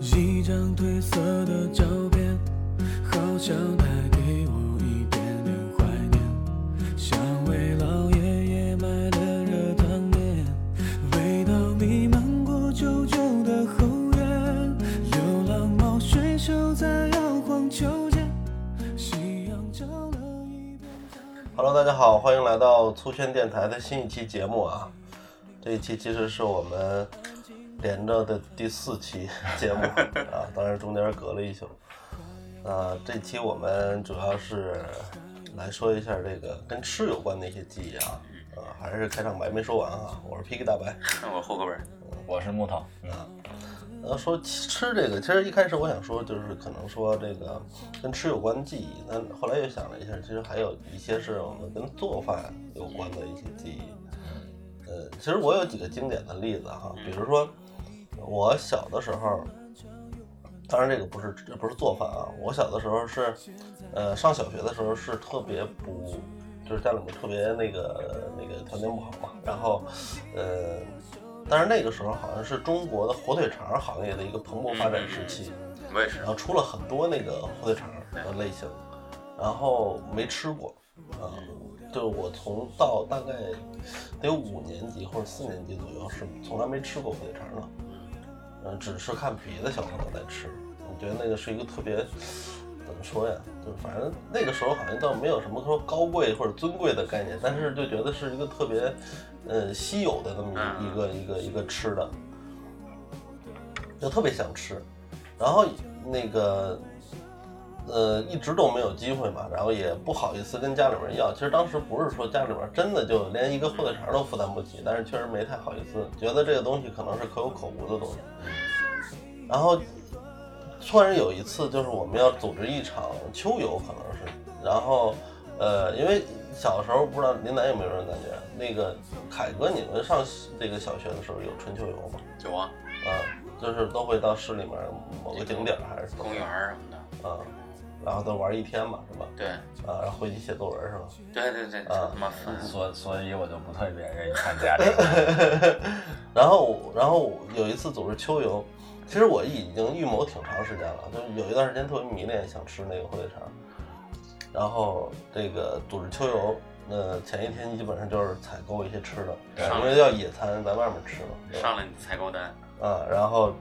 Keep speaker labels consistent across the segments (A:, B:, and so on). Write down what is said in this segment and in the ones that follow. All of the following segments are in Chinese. A: 一张褪色的照片，好像带给我一点点怀念，像为老爷爷买的热汤面，味道弥漫过旧旧的后院，流浪猫睡熟在摇晃秋千，夕阳照了一遍。
B: Hello，大家好，欢迎来到粗圈电台的新一期节目啊！这一期其实是我们连着的第四期节目啊，当然中间隔了一宿。啊，这期我们主要是来说一下这个跟吃有关的一些记忆啊。啊，还是开场白没说完啊！我是 PK 大白。
C: 那我户口本儿，
D: 我是木头，嗯，
B: 呃，说吃吃这个，其实一开始我想说，就是可能说这个跟吃有关的记忆，但后来又想了一下，其实还有一些是我们跟做饭有关的一些记忆。呃，其实我有几个经典的例子哈，比如说我小的时候，当然这个不是这不是做饭啊，我小的时候是，呃，上小学的时候是特别不，就是家里面特别那个那个条件不好嘛，然后，呃，但是那个时候好像是中国的火腿肠行业的一个蓬勃发展时期，
C: 我也是
B: 然。后出了很多那个火腿肠的类型，然后没吃过，啊、就我从到大概得有五年级或者四年级左右是从来没吃过火腿肠的，嗯、只是看别的小朋友在吃，我觉得那个是一个特别怎么说呀，就是反正那个时候好像倒没有什么说高贵或者尊贵的概念，但是就觉得是一个特别呃稀有的那么一一个一个一个吃的，就特别想吃，然后那个呃，一直都没有机会嘛，然后也不好意思跟家里边要。其实当时不是说家里边真的就连一个火腿肠都负担不起，但是确实没太好意思，觉得这个东西可能是可有可无的东西。然后突然有一次，就是我们要组织一场秋游，可能是，然后呃，因为小时候不知道您南有没有这种感觉，那个凯哥，你们上这个小学的时候有春秋游吗？
C: 有啊，
B: 啊，就是都会到市里面某个景点儿还是怎么
C: 公园儿什么的。
B: 啊，然后都玩一天嘛，是吧？
C: 对，
B: 啊，然后回去写作文是吧？
C: 对对对，
B: 啊
C: 他妈烦。
D: 嗯所所以我就不特别愿意参加这个，
B: 然后我，然后我有一次组织秋游，其实我已经预谋挺长时间了，就是有一段时间特别迷恋，想吃那个火腿肠。然后这个组织秋游，呃，前一天基本上就是采购一些吃的，
C: 对
B: 因为要野餐，在外面吃嘛。对吧
C: 上了你的采购单，
B: 啊，然后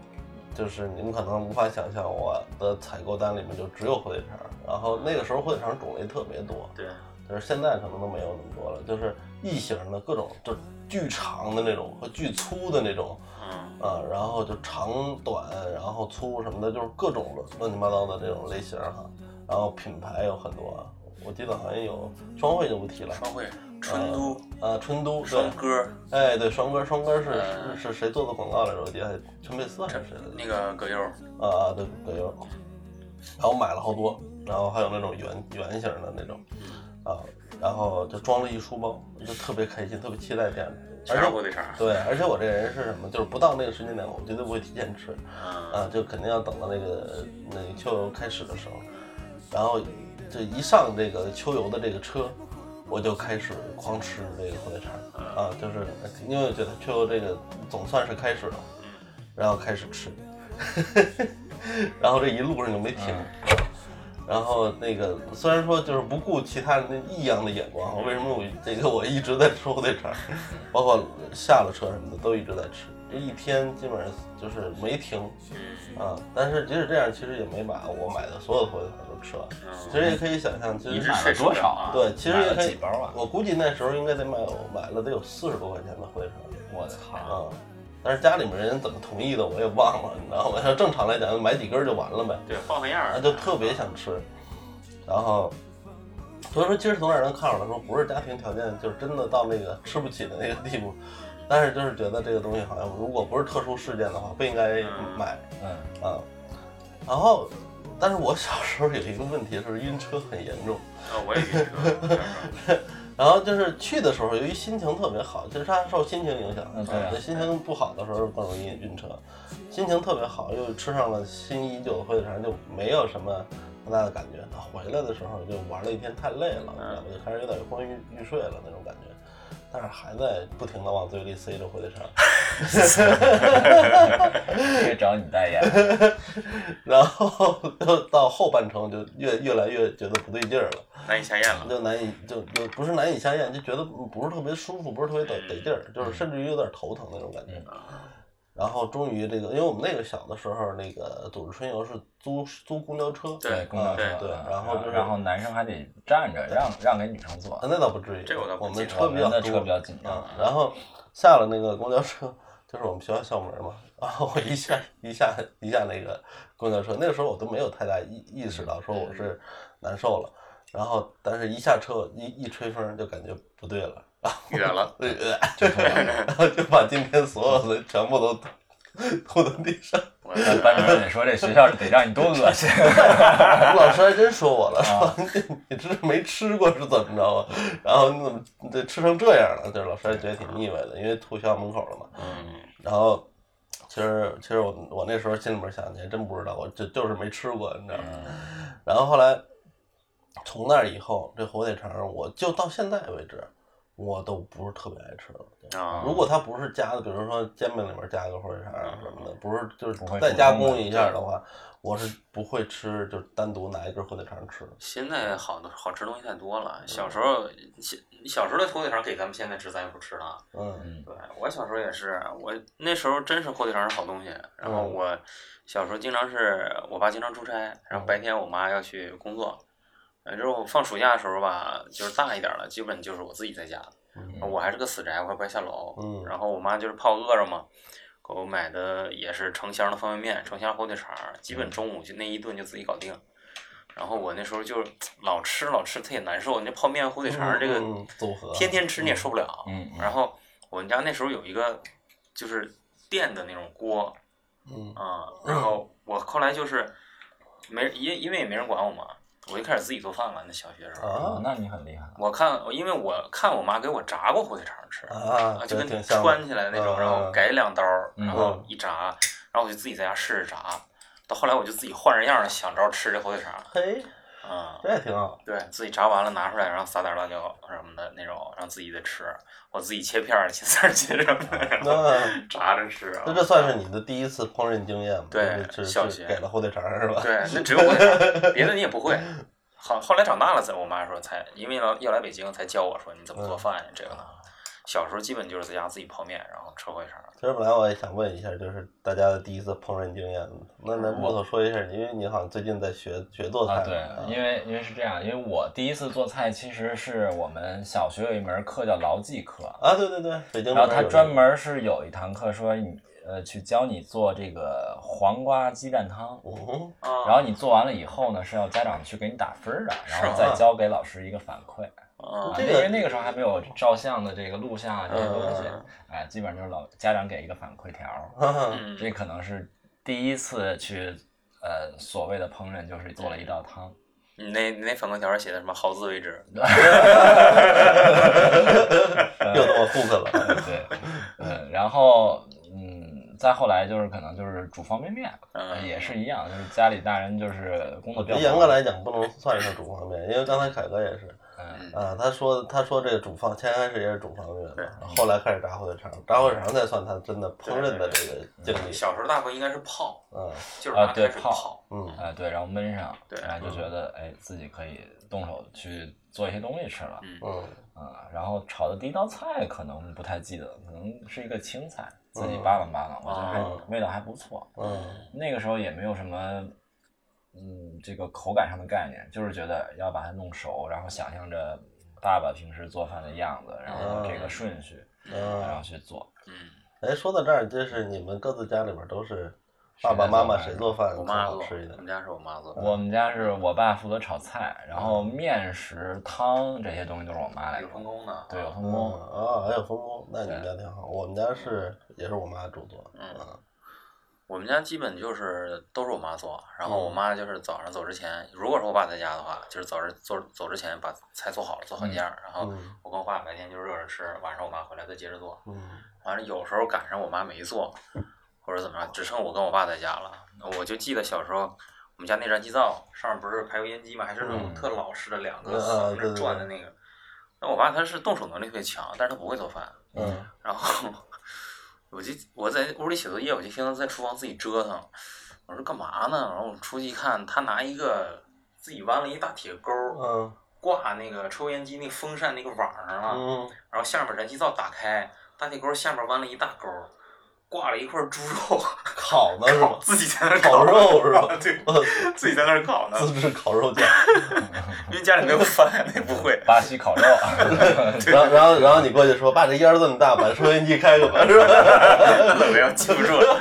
B: 就是你们可能无法想象，我的采购单里面就只有火腿肠。然后那个时候火腿肠种类特别多，
C: 对，
B: 就是现在可能都没有那么多了，就是异形的各种，就是巨长的那种和巨粗的那种
C: 嗯，
B: 啊，然后就长短，然后粗什么的，就是各种乱七八糟的这种类型哈、然后品牌有很多，啊，我记得好像有双汇就不提了，
C: 双汇、春都、
B: 啊，春都对
C: 双，歌，
B: 哎对，双歌双歌是
C: 嗯
B: 是是谁做的广告来着？我记得还陈佩斯还是谁来着？
C: 那个葛优，
B: 啊，对葛优，然后买了好多，然后还有那种圆圆形的那种，啊，然后就装了一书包，就特别开心，特别期待这样的。
C: 全
B: 而
C: 是
B: 且
C: 火腿肠。
B: 对，而且我这人是什么，就是不到那个时间点，我绝对不会提前吃，
C: 嗯，
B: 啊，就肯定要等到那个那个秋游开始的时候，然后就一上这个秋游的这个车，我就开始狂吃这个火腿肠啊，就是因为我觉得秋游这个总算是开始了，然后开始吃， 然后这一路上就没停。然后那个虽然说就是不顾其他人的异样的眼光，为什么我这个我一直在吃火腿 肠，包括下了车什么的都一直在吃，这一天基本上就是没停啊。但是即使这样，其实也没把我买的所有的火腿肠都吃完。其实也可以想象，其
C: 你
B: 实
C: 是
D: 买了多少啊
B: 对，其实也可
D: 嗯买了
B: 以
D: 几包啊
B: 我估计那时候应该得买有买了得有四十多块钱的火腿肠。
D: 我操，
B: 啊。但是家里面人怎么同意的我也忘了，你知道吗？要正常来讲，买几根儿就完了呗，
C: 对，换换样儿
B: 那。就啊特别想吃。然后，所以说，其实从哪儿能看出来说，不是家庭条件，就是真的到那个吃不起的那个地步。但是就是觉得这个东西好像，如果不是特殊事件的话，不应该买
D: 嗯，
B: 啊。然后，但是我小时候有一个问题是晕车很严重。
C: 呃，我也晕车。
B: 然后就是去的时候，由于心情特别好，其实它受心情影响，
D: 嗯对啊
B: 那心情不好的时候更容易晕车。心情特别好，又吃上了心仪已久的火腿肠，就没有什么太大的感觉。啊回来的时候就玩了一天，太累了，
D: 嗯
B: 然后就开始有点昏晕欲睡了那种感觉，但是还在不停的往嘴里塞着火腿肠。
D: 去找嗯你代 言。啊
B: 然后到到后半程就越越来越觉得不对劲儿了，
C: 难以下咽了。
B: 就难以就就不是难以下咽，就觉得不是特别舒服，不是特别
C: 嗯
B: 得得劲儿，就是甚至于有点头疼那种感觉。然后终于这个，因为我们那个小的时候，那个组织春游是租租公交车，
C: 对
D: 公交车
C: 对，
B: 对
D: 啊
B: 然后就是
D: 然后男生还得站着，让让给女生 坐
B: 啊。那倒不至于，
C: 这个我倒不
B: 我们
C: 记得
B: 车
D: 我
B: 比
D: 们
B: 较
D: 的
B: 多
D: 车比较紧张
B: 啊，，然后下了那个公交车，就是我们学校校门嘛，然后我一下一下一下那个公交车，那个时候我都没有太大意意识到说
C: 嗯
B: 我是难受了，然后但是一下车一一吹风就感觉不对了，然后
C: 远 了。
B: 呃然后就把今天所有的全部都吐吐到地上，
C: 我
D: 那班主任得说这学校得让你多恶心。
B: 我们老师还真说我了，说你你这是没吃过是怎么着啊？然后你怎么你这吃成这样了？就是老师还觉得挺腻歪的，因为吐学校门口了嘛。
C: 嗯，
B: 然后其实其实我我那时候心里面想，你还真不知道，我就就是没吃过，你知道吗？然后后来从那以后，这火腿肠儿我就到现在为止，我都不是特别爱吃了。
C: 啊，
B: 如果它不是加的，比如说煎饼里面加个火腿肠儿什么的，不是就是
D: 不会
B: 再
D: 主
B: 加
D: 动
B: 工
D: 的
B: 一下的话，我是不会吃，就单独拿一根火腿肠儿吃的。
C: 现在好的好吃东西太多了。小时候，小小时候的火腿肠给咱们现在吃，咱也不吃了。啊
B: 嗯
C: 对我小时候也是，我那时候真是火腿肠是好东西。然后
B: 嗯
C: 我小时候经常是我爸经常出差，然后白
B: 嗯
C: 天我妈要去工作，呃之后放暑假的时候吧，就是大一点了，基本就是我自己在家。我还是个死宅，我还不爱下楼。
B: 嗯
C: 然后我妈就是怕我饿着嘛，给我买的也是成箱的方便面、成箱火腿肠儿，基
B: 嗯
C: 本中午就那一顿就自己搞定。然后我那时候就老吃老吃，它也难受。那泡面火腿肠儿这个
B: 嗯嗯嗯组合
C: 天天吃你也受不了。
D: 嗯嗯
C: 然后我们家那时候有一个就是电的那种锅
B: 嗯
C: 啊、然后我后来就是没因因为也没人管我嘛，我就开始自己做饭了。那小学时候，
D: 啊
B: 啊，
D: 那你很厉害了。
C: 我看因为我看我妈给我炸过火腿肠儿吃
B: 啊，
C: 就
B: 这
C: 跟
B: 挺像的
C: 穿起来那种，
B: 嗯
C: 然后改两刀，然后
B: 嗯
C: 一炸，然后我就自己在家试着炸。到后来我就自己换着样儿想招吃这火腿肠儿，
B: 嘿，
C: 啊、
B: 这也挺好。
C: 对自己炸完了拿出来，然后撒点辣椒什么的那种，让自己再吃。我自己切片儿、切丝儿、切什么的，然后
B: 那
C: 炸着吃啊。
B: 嗯那这算是你的第一次烹饪经验吗？
C: 对
B: 就是吃
C: 小学
B: 给了火腿肠儿是吧？
C: 对，那只有火腿肠儿，别的你也不会。好，后来长大了，才我妈说才，因为要要来北京才教我说你怎么做饭呀、这个呢。小时候基本就是在家自己泡面，然后吃火腿肠儿。
B: 其实本来我也想问一下，就是大家的第一次烹饪经验。那那木头说一下，因为你好像最近在学学做菜
D: 嗯啊，
B: 嘛，
D: 对，因为因为是这样，因为我第一次做菜其实是我们小学有一门课叫劳技课，
B: 啊，对对对，北京
D: 然
B: 这
D: 后
B: 边
D: 他
B: 有
D: 专
B: 一个
D: 门是有一堂课说你呃去教你做这个黄瓜鸡蛋汤，
B: 嗯
D: 然
C: 然
D: 后你做完了以后呢是要家长去给你打分儿的，然后再交给老师一个反馈。啊
C: 啊，
B: 哦这
D: 因
B: 个
D: 为那个时候还没有照相的这个录像啊这些东西
C: 嗯，
D: 哎，基本上就是老家长给一个反馈条儿，
B: 哈
C: 嗯，
D: 这可能是第一次去呃所谓的烹饪，就是做了一道汤。
C: 你那你那反馈条上写的什么“好自为之
B: 又那么 hook 了。
D: 对，嗯，然后嗯，再后来就是可能就是煮方便面，
C: 嗯
D: 也是一样，就是家里大人就是工作比较忙
B: 严格来讲，不能算是煮方便面，因为刚才凯哥也是
D: 嗯
B: 啊，他说他说这个煮方，先开始也是煮方便面
C: 对
B: 嘛，后来开始炸火腿肠，炸火腿肠才算他真的烹饪的这个经”，历。
C: 小时候大部分应该是泡，
B: 嗯
C: 就是
D: 啊
C: 拿
D: 对
C: 开水
D: 泡
C: 泡。
B: 嗯
D: 啊、对，然后焖上，
C: 对
D: 然后就觉得哎自己可以动手去做一些东西吃了，
C: 嗯
B: 嗯
D: 啊、然后炒的第一道菜可能不太记得，可能是一个青菜，自己扒拉扒拉，我觉得还、
B: 嗯哦
D: 味道还不错。
B: 嗯
D: 那个时候也没有什么，嗯，这个口感上的概念，就是觉得要把它弄熟，然后想象着爸爸平时做饭的样子，然后这个顺序，然后
B: 哦嗯。
D: 去做。
C: 嗯，
B: 哎，说到这儿，就是你们各自家里边都是爸爸妈妈谁做饭
C: 我
B: 最
C: 妈
B: 嗯好
C: 做，
B: 吃一
C: 我
B: 点
C: 们？家是我妈
B: 嗯
C: 做。
D: 我们家是我爸负责炒菜，然后面食、汤这些东西都是我妈来
C: 有分
D: 做。
C: 工的，
D: 对，有分
B: 嗯
D: 工。
B: 啊，还有分工，那你们家挺好。我们家是也是我妈主做，嗯
C: 啊我们家基本就是都是我妈做，然后
B: 嗯
C: 我妈就是早上走之前，如果说我爸在家的话，就是早上走走之前把菜做好了，做好样儿，然后
B: 嗯
C: 我跟我爸白天就是热着吃，晚上我妈回来再接着做。
B: 嗯
C: 完了有时候赶上我妈没做，或者怎么样，只剩我跟我爸在家了。我就记得小时候我们家那燃气灶上面不是排油烟机嘛，还是那种
D: 嗯
C: 特老式的两个
B: 嗯
C: 横
B: 对
C: 着
B: 对
C: 转的那个。那我爸他是动手能力特别强，但是他不会做饭，
B: 嗯
C: 然后我就我在屋里写作业，我就听他在厨房自己折腾。我说干嘛呢？然后我出去一看，他拿一个自己弯了一大铁钩儿，
B: 嗯
C: 挂那个抽烟机那风扇那个网上了，
B: 嗯，
C: 然后下面燃气灶打开，大铁钩下面弯了一大钩儿，挂了一块猪肉，
B: 烤的是
C: 烤
B: 吧？
C: 自己在那儿
B: 哎烤
C: 烤
B: 肉是吧
C: 对，
B: 我
C: 自己在那儿烤呢，
B: 自制烤肉酱，
C: 因为家里没有饭，那不 会。
D: 巴西烤肉，
B: 哎然后然后然后你过去说：“爸，这烟儿这么大，把抽烟机开开吧，是吧
C: 那怎么样？记不住了，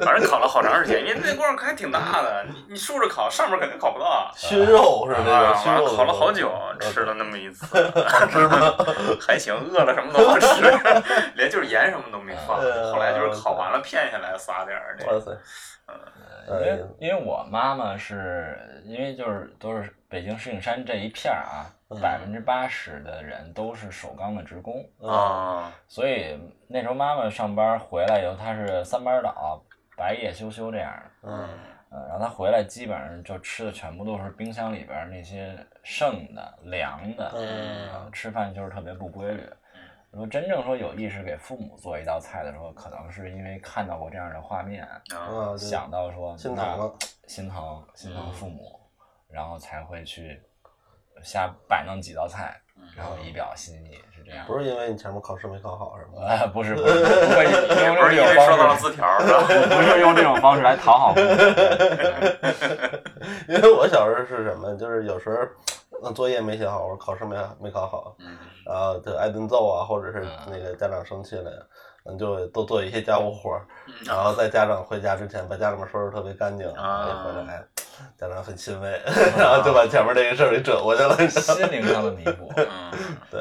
C: 反正烤了好长时间，因为那锅儿还挺大的，你你竖着烤，上面肯定烤不到。？”
B: 熏肉是
C: 啊，
B: 那呃 种熏
C: 完了
B: 肉，
C: 烤了好久，吃了那么 一次， 还行，饿了什么都不吃，连就是盐什么都没放。
B: 呃
C: 后来就是烤完了片下来撒点儿那
B: 哇
C: 个，
B: 塞，
D: 因为因为我妈妈是因为就是都是北京石景山这一片儿啊，
B: 嗯
D: 百分之八十的人都是首钢的职工，
C: 啊，
D: 所以那时候妈妈上班回来以后，她是三班倒，白夜休休这样的。
B: 嗯
D: 呃，然后她回来基本上就吃的全部都是冰箱里边儿那些剩的、凉的，
B: 嗯
D: 呃吃饭就是特别不规律。如果真正说有意识给父母做一道菜的时候，可能是因为看到过这样的画面，
C: 啊，
B: 啊，对
D: 想嗯到说
B: 心
D: 那
B: 疼了
D: 心疼心
C: 嗯
D: 疼父母，然后才会去瞎摆弄几道菜，然后以表心意，是这样。
B: 嗯不是因为你前面考试没考好是吧？
D: 啊， 不是不是，不会用
C: 不是
D: 这
C: 因为
D: 种
C: 收嗯到了
D: 方式，
C: 字条是吧？
D: 不是用这种方式来讨好父母。
B: 因为我小时候是什么，就是有时候那作业没写好，或者考试没没考好，
C: 嗯
B: 然后就挨顿揍啊，或者是那个家长生气了呀，嗯，就会多做一些家务活儿，然后在家长回家之前把家里面收拾特别干净，
C: 啊
B: 然后一回来，家长很欣慰， 然后就把前面这个事儿给折过去了，你 知道吗
D: 心灵上的弥补。
C: 嗯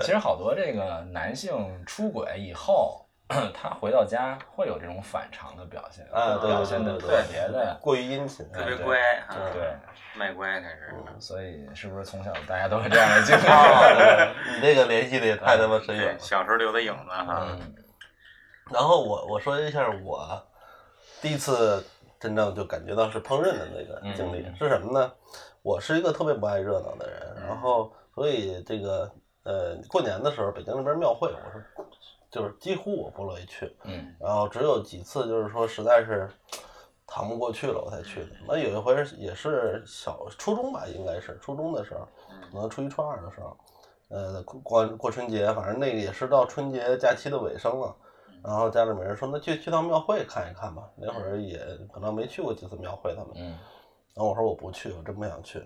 D: 其实好多这个男性出轨以后， 他回到家会有这种反常的表现，
B: 啊，对
D: 表
B: 对
D: 现
B: 对
D: 的
B: 对
D: 特
B: 对，
D: 别的，
B: 过于殷勤，
C: 特别
B: 哎对嗯
C: 乖，啊
D: 对。
C: 卖乖开始。
D: 所以是不是从小大家都是这样的经历？
B: 哦 你这个联系的也太他妈深远
C: 对，
B: 了。
C: 小时候留的影子哈，
D: 嗯
B: 然后我我说一下我第一次真正就感觉到是烹饪的那个经历、
D: 嗯
B: 是什么呢？我是一个特别不爱热闹的人，然
D: 嗯
B: 后所以这个呃过年的时候，北京那边庙会，我是就是几乎我不乐意去，
D: 嗯
B: 然后只有几次就是说实在是扛不过去了，我才去的。那有一回是也是小初中吧，应该是初中的时候，可能初一初二的时候，呃，过过过春节，反正那个也是到春节假期的尾声了。然后家里面人说，那去去趟庙会看一看吧。那会儿也可能没去过几次庙会，他们。
D: 嗯
B: 然后我说我不去，我真不想去，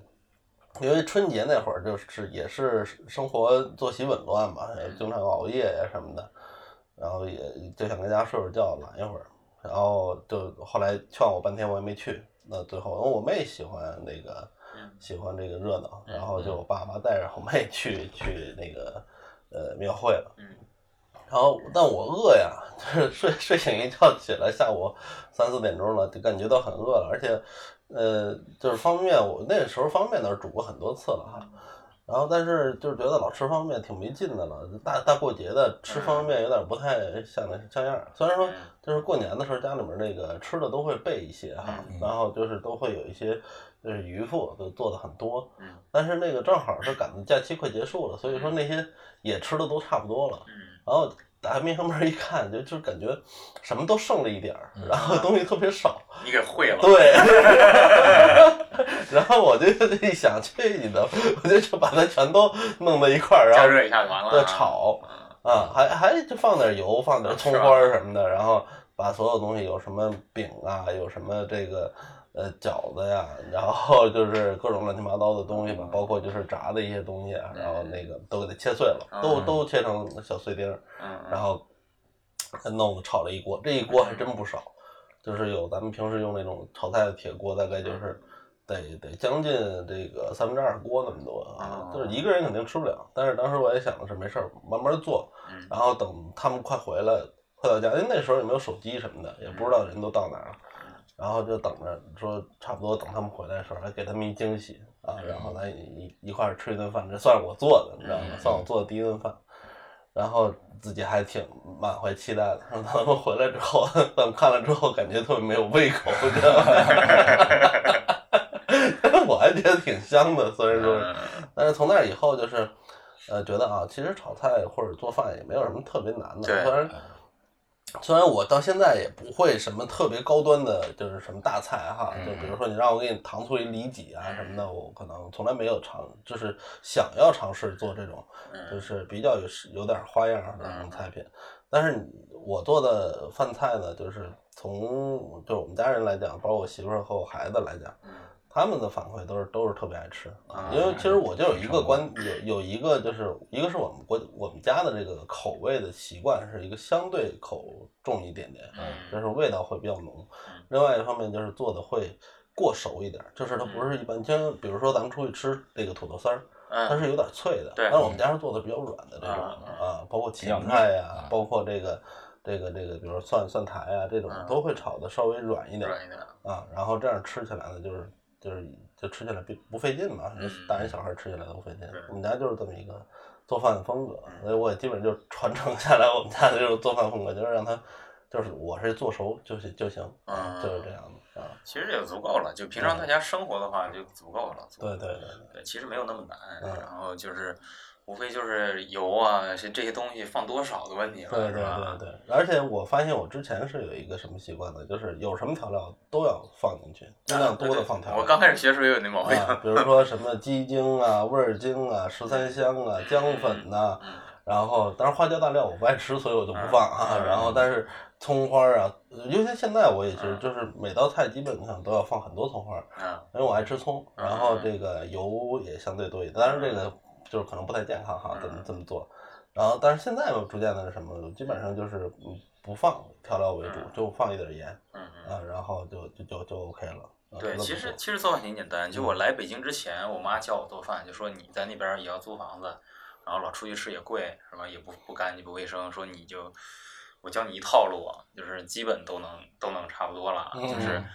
B: 因为春节那会儿就是也是生活作息紊乱嘛，也经常熬夜呀什么的，然后也就想跟家睡会儿觉，懒一会儿，然后就后来劝我半天，我也没去。那最后，因为我妹喜欢那个
C: 嗯
B: 喜欢这个热闹，然后就我爸妈带着我妹去去那个呃庙会了。
C: 嗯
B: 然后，但我饿呀， 就是睡睡醒一觉起来，下午三四点钟了，就感觉到很饿了，而且，呃，就是方便面，我那时候方便面倒是煮过很多次了哈。然后，但是就是觉得老吃方便面挺没劲的了，大大过节的吃方便面有点不太像那像样儿。虽然说就是过年的时候家里面那个吃的都会备一些哈，
C: 嗯
B: 然后就是都会有一些就是鱼腹都做的很多
C: 嗯，
B: 但是那个正好是赶着假期快结束了，所以说那些也吃的都差不多了。
C: 嗯
B: 然后打开冰箱门一看，就就感觉什么都剩了一点
C: 嗯
B: 儿，然后 东西特别 少。
C: 你给会了，
B: 对，然后我就一想，去你的，我就就把它全都弄到一块儿，
C: 加
B: 然后
C: 热一下就完了啊。
B: 再炒
C: 嗯
B: 啊，还还就放点油，放点葱花儿什么的，然后把所有东西有什么饼啊，有什么这个。呃，饺子呀，然后 就是各种乱七八糟的东西吧，包括就是炸的一些东西啊，然后那个都给它切碎了，都都切成小碎丁儿，
C: 嗯
B: 然后呃弄炒了一锅，这一锅还真不少，就是有咱们平时用那种炒菜的铁锅，大概就是得得将近这个三分之二锅那么多啊
C: 哦，
B: 就是一个人肯定吃不了。但是当时我也想的是没事儿，慢慢做
C: 嗯，
B: 然后等他们快回来，快到家，因为那时候也没有手机什么的，也不知道人都到哪儿了。然后就等着说，差不多等他们回来的时候，还给他们一惊喜啊，然后咱一一块儿吃一顿饭，这算是我做的，你知道吗？算我做的第一顿饭。然后自己还挺满怀期待的。然后他们回来之后，他们看了之后，感觉特别没有胃口，你知道吗？ 我还觉得挺香的，虽然说，
C: 嗯
B: 但是从那以后就是，呃，觉得啊，其实炒菜或者做饭也没有什么特别难的，
C: 对嗯
B: 虽然。虽然我到现在也不会什么特别高端的，就是什么大菜哈，
C: 嗯
B: 就比如说你让我给你糖醋一里脊啊什么的，我可能从来没有尝，就是想要尝试做这种，就
C: 嗯
B: 是比较有有点花样儿的那种菜品。但是你我做的饭菜呢，就是从就我们家人来讲，包括我媳妇儿和我孩子来讲，他们的反馈都是都是特别爱吃
C: 嗯啊，
B: 因为其实我就有一个观有有一个就是一个是我们国我们家的这个口味的习惯是一个相对口重一点点，就
C: 嗯
B: 是味道会比较浓。另外一方面就是做的会过熟一点，就是它不是一般，就像比如说咱们出去吃这个土豆丝儿，它
C: 嗯
B: 是有点脆的，
C: 对
B: 但是我们家是做的比较软的这种
C: 啊
B: 啊，包括芹
D: 比较
B: 菜
D: 嫩
B: 呀
D: 啊，
B: 包括这个这个这个，比如说蒜蒜苔啊这种
C: 嗯
B: 都会炒的稍微软一点
C: 软一点，
B: 啊，然后这样吃起来呢，就是就是就吃起来不不费劲嘛，
C: 嗯
B: 大人小孩吃起来都不费劲
C: 对。嗯
B: 我们家就是这么一个做饭的风格，所以我也基本就传承下来我们家的这种做饭风格，就是让它就是我是做熟就行就行，
C: 嗯
B: 就是这样的啊。
C: 其实也足够了。就平常大家生活的话就足够了。足够
B: 嗯对
C: 了
B: 对对对，
C: 对，其实没有那么难。
B: 嗯
C: 然后就是无非就是油啊，这这些东西放多少的问题了，
B: 对对
C: 是吧
B: 对？对，而且我发现我之前是有一个什么习惯的，就是有什么调料都要放进去，尽量多的放调料。
C: 啊我刚开始学的时候也有那毛病。
B: 啊， 比如说什么鸡精啊、 味儿精啊、十三香啊、姜粉呐、
C: 嗯
B: 然后但是花椒大料我不爱吃，所以我就不放啊。然
C: 嗯
B: 后但是葱花啊，尤其现在我也是，就是每道菜基本上都要放很多葱花，
C: 嗯
B: 因为我爱吃葱。然后这个油也相对多一点，当然这个就是可能不太健康
C: 嗯
B: 哈，怎么这么做。然后但是现在我逐渐的是什么，基本上就是嗯不放调料为主，就放一点盐
C: 嗯嗯。
B: 啊，然后就就就就 OK 了。啊
C: 对，
B: 就这么
C: 其实
B: 做
C: 其实做饭挺简单。就
B: 嗯
C: 我来北京之前，我妈教我做饭，就说你在那边儿也要租房子，然后老出去吃也贵，是吧？也不不干净不卫生，说你就我教你一套路，啊就是基本都能都能差不多了，啊就是
D: 嗯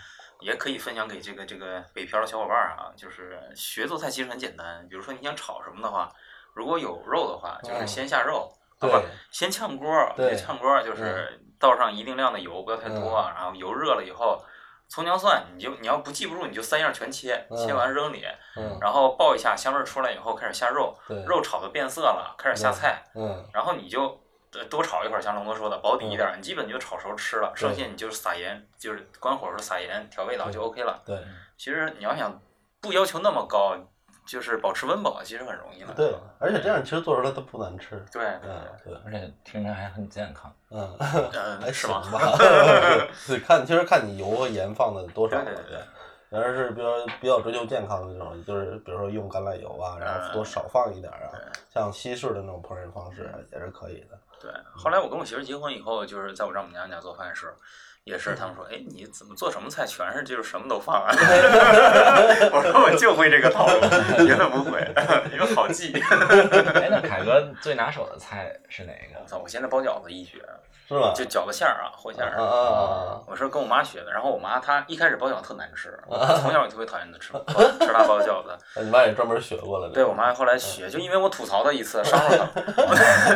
C: 也可以分享给这个这个北漂的小伙伴儿啊，就是学做菜其实很简单。比如说你想炒什么的话，如果有肉的话，就是
B: 嗯
C: 先下肉，啊
B: 对
C: 不先炝锅儿，
B: 对嗯
C: 先炝锅儿就是倒上一定量的油，不要太多啊，然后油热了以后，葱姜蒜你就你要不记不住你就三样全切，
B: 嗯
C: 切完扔里，
B: 嗯
C: 然后爆一下香味儿出来以后开始下肉，
B: 对
C: 肉炒的变色了开始下菜，
B: 嗯。
C: 然后你就。呃多炒一会儿，像龙哥说的，保底一点儿，你基本就炒熟吃了，剩下你就是撒盐，就是关火时候撒盐调味道就 OK 了。
B: 对
C: 其实你要想不要求那么高，就是保持温饱，其实很容易的。
B: 对，而且这样其实做出来它不难吃。
C: 对对
B: 嗯，对，
D: 而且听着还很健康。
B: 嗯，
C: 对，嗯、
B: 还
C: 是
B: 行
C: 吗？
B: 吧。 对，看其实看你油和盐放的多少。
C: 对对对对。
B: 要是比较比较追求健康的那种，就是比如说用橄榄油啊，然
C: 嗯
B: 后多少放一点啊，像西式的那种烹饪方式也是可以的。
C: 对，后来我跟我媳妇儿结婚以后，就是在我丈母娘家做饭时，也
B: 嗯
C: 是他们说，哎，你怎么做什么菜全是就是什么都放 啊？ 我说我就会这个套路，别的不会， 因为好记。
D: 哎，那凯哥最拿手的菜是哪一
C: 我
D: 个？
C: 操，我现在包饺子一绝，
B: 是吧？
C: 就饺子馅儿啊，和馅
B: 啊
C: 儿
B: 啊。啊
C: 我是跟我妈学的，然后我妈她一开始包饺子特难吃，我从小也特别讨厌她吃 包吃她包饺子。
B: 啊！你妈也专门学过了。
C: 对我妈后
B: 嗯
C: 来学，就因为我吐槽她一次伤着她，